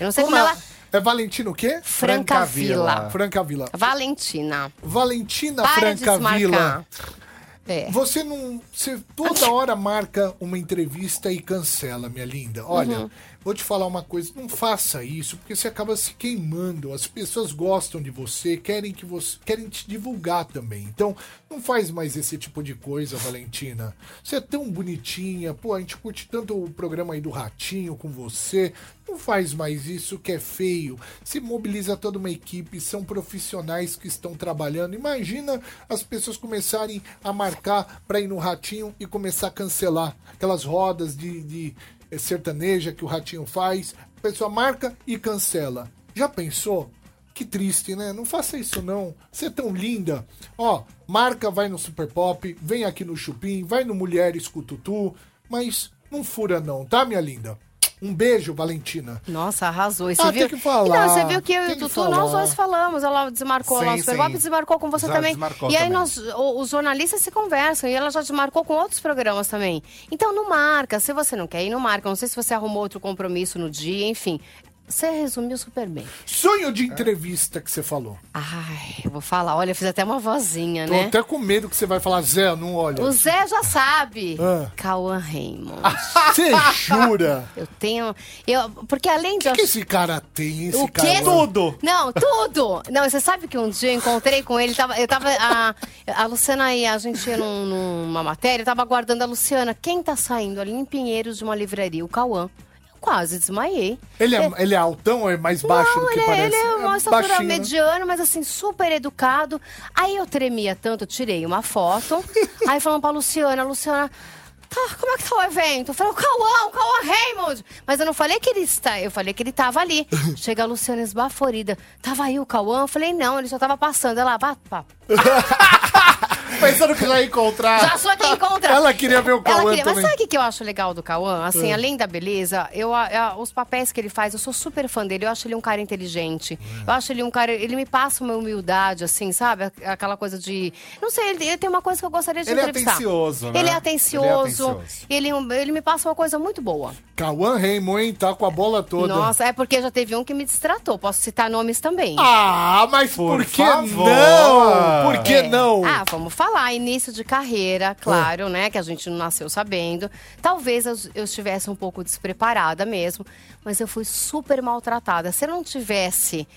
[SPEAKER 8] Eu não sei como,
[SPEAKER 3] é?
[SPEAKER 8] ela.
[SPEAKER 3] É Valentino o quê?
[SPEAKER 8] Francavilla.
[SPEAKER 3] Francavila.
[SPEAKER 8] Valentina.
[SPEAKER 3] Valentina
[SPEAKER 8] Para de
[SPEAKER 3] Francavila.
[SPEAKER 8] desmarcar. É.
[SPEAKER 3] Você não. Você toda hora marca uma entrevista e cancela, minha linda. Olha, vou te falar uma coisa, não faça isso, porque você acaba se queimando. As pessoas gostam de você, querem que você. querem te divulgar também. Então, não faz mais esse tipo de coisa, Valentina. Você é tão bonitinha, pô, a gente curte tanto o programa aí do Ratinho com você. Não faz mais isso que é feio. Se mobiliza toda uma equipe, são profissionais que estão trabalhando. Imagina as pessoas começarem a marcar pra ir no ratinho e começar a cancelar aquelas rodas de, de, eh, sertaneja que o ratinho faz. A pessoa marca e cancela. Já pensou? Que triste, né? Não faça isso, não. Você é tão linda. Ó, marca, vai no Super Pop, vem aqui no Chupim, vai no Mulheres com o Tutu, mas não fura, não, tá, minha linda? Um beijo, Valentina.
[SPEAKER 8] Nossa, arrasou. E
[SPEAKER 3] Ah, tem
[SPEAKER 8] você viu?
[SPEAKER 3] que falar.
[SPEAKER 8] E Não, você viu que eu e
[SPEAKER 3] Tem
[SPEAKER 8] o
[SPEAKER 3] que
[SPEAKER 8] Tutu, nós
[SPEAKER 3] falar.
[SPEAKER 8] dois falamos. Ela desmarcou
[SPEAKER 4] Sim,
[SPEAKER 8] lá o Super
[SPEAKER 4] sim.
[SPEAKER 8] Bob, desmarcou com você
[SPEAKER 4] Já
[SPEAKER 8] também.
[SPEAKER 4] desmarcou
[SPEAKER 8] E aí
[SPEAKER 4] também.
[SPEAKER 8] nós, o- os jornalistas se conversam e ela já desmarcou com outros programas também. Então não marca. Se você não quer ir, não marca. Não sei se você arrumou outro compromisso no dia, enfim. Você resumiu super bem.
[SPEAKER 3] Sonho de entrevista que você falou.
[SPEAKER 8] Ai, eu vou falar. Olha, eu fiz até uma vozinha,
[SPEAKER 3] Tô
[SPEAKER 8] né?
[SPEAKER 3] até com medo que você vai falar, Zé, não olha.
[SPEAKER 8] O Zé já sabe.
[SPEAKER 3] Ah.
[SPEAKER 8] Cauã Raymond.
[SPEAKER 3] <laughs> Você jura?
[SPEAKER 8] Eu tenho. Eu, porque além de.
[SPEAKER 3] O que esse cara tem, esse
[SPEAKER 8] O
[SPEAKER 3] cara? é um-
[SPEAKER 8] quê?
[SPEAKER 4] Tudo.
[SPEAKER 8] Não, tudo! Não, você sabe que um dia eu encontrei com ele, tava, eu tava. A, a Luciana e a gente ia num- numa matéria, eu tava aguardando a Luciana. Quem tá saindo ali em Pinheiros de uma livraria? O Cauã. Eu quase desmaiei.
[SPEAKER 3] Ele é, ele é altão ou é mais baixo
[SPEAKER 8] Não,
[SPEAKER 3] do que
[SPEAKER 8] ele, é-
[SPEAKER 3] parece?
[SPEAKER 8] ele é uma estatura
[SPEAKER 3] baixinho, né?
[SPEAKER 8] mediana, mas assim, super educado. Aí eu tremia tanto, eu tirei uma
[SPEAKER 3] <laughs>
[SPEAKER 8] foto. aí falando pra Luciana, Luciana. Tá, como é que tá o evento? Eu falei, o Cauã, o Cauã Raymond. Mas eu não falei que ele está, eu falei que ele
[SPEAKER 3] <laughs>
[SPEAKER 8] tava ali. Chega a Luciana esbaforida. Tava aí o Cauã? Eu falei, não, ele só tava passando. Ela, vá, vá.
[SPEAKER 3] Pensando que já ia encontrar.
[SPEAKER 8] Já sou quem encontra.
[SPEAKER 3] Ela queria ver o
[SPEAKER 8] Ela
[SPEAKER 3] Cauã
[SPEAKER 8] queria- Mas
[SPEAKER 3] também.
[SPEAKER 8] sabe o que que eu acho legal do Cauã? Assim, além da beleza, eu, a- a- os papéis que ele faz, eu sou super fã dele. Eu acho ele um cara inteligente. Eu acho ele um cara. Ele me passa uma humildade, assim, sabe? Aquela coisa de. Não sei, ele, ele tem uma coisa que eu gostaria de
[SPEAKER 4] Ele é
[SPEAKER 8] entrevistar.
[SPEAKER 4] atencioso, né?
[SPEAKER 8] Ele é
[SPEAKER 4] Ele é
[SPEAKER 8] atencioso.
[SPEAKER 4] atencioso.
[SPEAKER 8] Ele, ele me passa uma coisa muito boa.
[SPEAKER 3] Cauã Raymond, hein, tá com a bola toda.
[SPEAKER 8] Nossa, é porque já teve um que me distratou. Posso citar nomes também.
[SPEAKER 3] Ah, mas por,
[SPEAKER 4] Por
[SPEAKER 3] que
[SPEAKER 4] favor.
[SPEAKER 3] não? Por que
[SPEAKER 8] É.
[SPEAKER 3] não? Ah.
[SPEAKER 8] Ah, vamos falar. Início de carreira, claro, né? Que a gente não nasceu sabendo. Talvez eu, eu estivesse um pouco despreparada mesmo, mas eu fui super maltratada. Se eu não tivesse.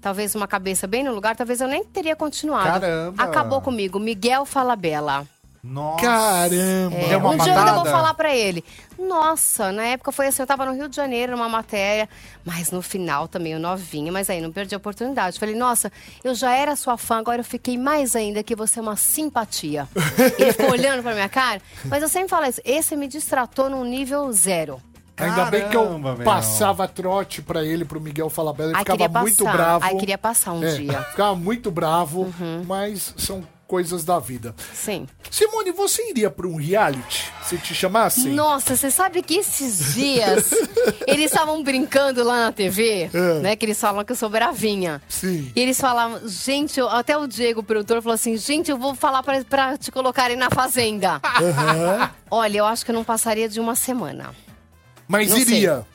[SPEAKER 8] Talvez uma cabeça bem no lugar, talvez eu nem teria continuado.
[SPEAKER 4] Caramba.
[SPEAKER 8] Acabou comigo. Miguel Falabella.
[SPEAKER 4] Nossa.
[SPEAKER 3] Caramba.
[SPEAKER 8] É, um dia eu ainda vou falar pra ele. Nossa, na época foi assim, eu tava no Rio de Janeiro numa matéria, mas no final também eu novinha, mas aí não perdi a oportunidade. Falei, nossa, eu já era sua fã, agora eu fiquei mais ainda que você é uma
[SPEAKER 3] <laughs>
[SPEAKER 8] simpatia. ele ficou olhando pra minha cara, mas eu sempre falo isso, esse me distratou num nível zero.
[SPEAKER 3] Ainda bem que eu
[SPEAKER 4] Caramba, meu.
[SPEAKER 3] passava trote pra ele, pro Miguel Falabella. Ele
[SPEAKER 8] Aí
[SPEAKER 3] ficava
[SPEAKER 8] queria passar,
[SPEAKER 3] muito bravo.
[SPEAKER 8] aí queria passar um
[SPEAKER 3] É,
[SPEAKER 8] dia. Uhum.
[SPEAKER 3] Ficava muito bravo, mas são coisas da vida.
[SPEAKER 8] Sim.
[SPEAKER 3] Simone, você iria pra um reality se te chamassem?
[SPEAKER 8] Nossa, você sabe que esses
[SPEAKER 3] <laughs>
[SPEAKER 8] dias eles estavam brincando lá na TV,
[SPEAKER 3] É.
[SPEAKER 8] né? Que eles falam que eu sou bravinha.
[SPEAKER 3] Sim.
[SPEAKER 8] E eles falavam, gente, eu- até o Diego, o produtor, falou assim: gente, eu vou falar pra, pra te colocarem
[SPEAKER 3] <laughs>
[SPEAKER 8] na fazenda. Olha, eu acho que eu <laughs> não passaria de uma semana.
[SPEAKER 3] Mas
[SPEAKER 8] não sei.
[SPEAKER 3] iria.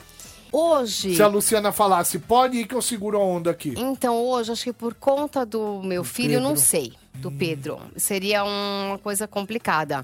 [SPEAKER 8] Hoje.
[SPEAKER 3] Se a Luciana falasse, pode ir que eu seguro a onda aqui.
[SPEAKER 8] Então, hoje, acho que por conta do meu filho,
[SPEAKER 3] Pedro. Hum.
[SPEAKER 8] não sei. Do Pedro. Seria uma coisa complicada.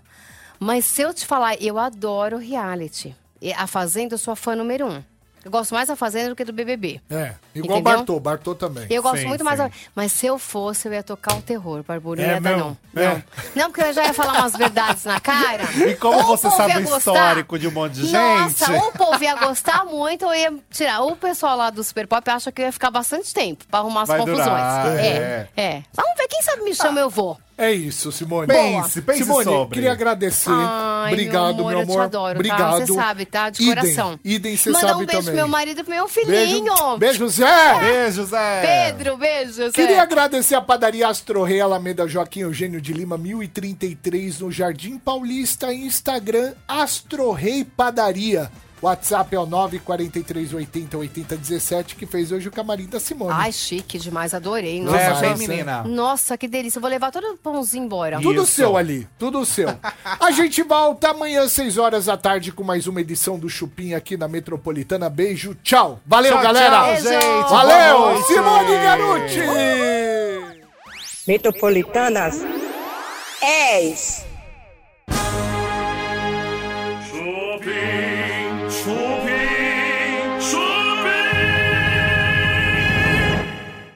[SPEAKER 8] Mas se eu te falar, eu adoro reality. E a Fazenda, eu sou a fã número um. Eu gosto mais da Fazenda do que do BBB.
[SPEAKER 3] É, igual
[SPEAKER 8] Entendeu?
[SPEAKER 3] Bartô, Bartô também.
[SPEAKER 8] Eu gosto
[SPEAKER 4] Sim,
[SPEAKER 8] muito mais.
[SPEAKER 4] sim.
[SPEAKER 8] da- Mas se eu fosse, eu ia tocar o terror,
[SPEAKER 3] É
[SPEAKER 8] Barbulheta,
[SPEAKER 3] mesmo?
[SPEAKER 8] não.
[SPEAKER 3] É.
[SPEAKER 8] Não. Não, porque eu já ia falar umas verdades na cara.
[SPEAKER 4] E como
[SPEAKER 8] Ou
[SPEAKER 4] você
[SPEAKER 8] povo
[SPEAKER 4] sabe
[SPEAKER 8] ia
[SPEAKER 4] o
[SPEAKER 8] gostar-
[SPEAKER 4] histórico de um monte de
[SPEAKER 8] Nossa,
[SPEAKER 4] gente?
[SPEAKER 8] ou o povo ia gostar muito, ou ia tirar. Ou o pessoal lá do Super Pop acha que eu ia ficar bastante tempo pra arrumar as
[SPEAKER 4] Vai
[SPEAKER 8] confusões.
[SPEAKER 4] durar,
[SPEAKER 8] é. é. Vamos ver, quem sabe me chama, eu vou.
[SPEAKER 3] É isso, Simone.
[SPEAKER 4] Pense, pense
[SPEAKER 3] Simone,
[SPEAKER 4] sobre.
[SPEAKER 3] queria agradecer.
[SPEAKER 8] Ai,
[SPEAKER 3] Obrigado, meu amor.
[SPEAKER 8] Eu te adoro,
[SPEAKER 3] Obrigado.
[SPEAKER 8] tá? Você sabe, tá? De
[SPEAKER 3] Idem,
[SPEAKER 8] coração.
[SPEAKER 3] Idem, você
[SPEAKER 8] Mandar
[SPEAKER 3] sabe
[SPEAKER 8] um beijo
[SPEAKER 3] também.
[SPEAKER 8] pro meu marido É. e pro meu
[SPEAKER 3] Beijo,
[SPEAKER 8] filhinho.
[SPEAKER 3] beijo Zé!
[SPEAKER 4] Beijo, Zé.
[SPEAKER 8] Pedro, beijo. Zé.
[SPEAKER 3] Queria agradecer a padaria Astro Rei Alameda Joaquim Eugênio de Lima, 1033, no Jardim Paulista, Instagram, Astro Rei Padaria. WhatsApp é o 943808017, que fez hoje o camarim da Simone.
[SPEAKER 8] Ai, chique demais, adorei. Nossa,
[SPEAKER 4] Leva, hein,
[SPEAKER 3] Nossa.
[SPEAKER 4] menina?
[SPEAKER 8] Nossa, que delícia. Eu vou levar todo o pãozinho embora.
[SPEAKER 3] Tudo
[SPEAKER 4] Isso.
[SPEAKER 3] seu ali, tudo seu.
[SPEAKER 4] <laughs>
[SPEAKER 3] A gente volta amanhã, 6 horas da tarde, com mais uma edição do Chupim aqui na Metropolitana. Beijo, tchau. Valeu,
[SPEAKER 4] Tchau,
[SPEAKER 3] galera.
[SPEAKER 4] tchau, gente. Boa
[SPEAKER 3] Valeu,
[SPEAKER 4] noite.
[SPEAKER 3] Simone Garuti.
[SPEAKER 10] Metropolitanas 10.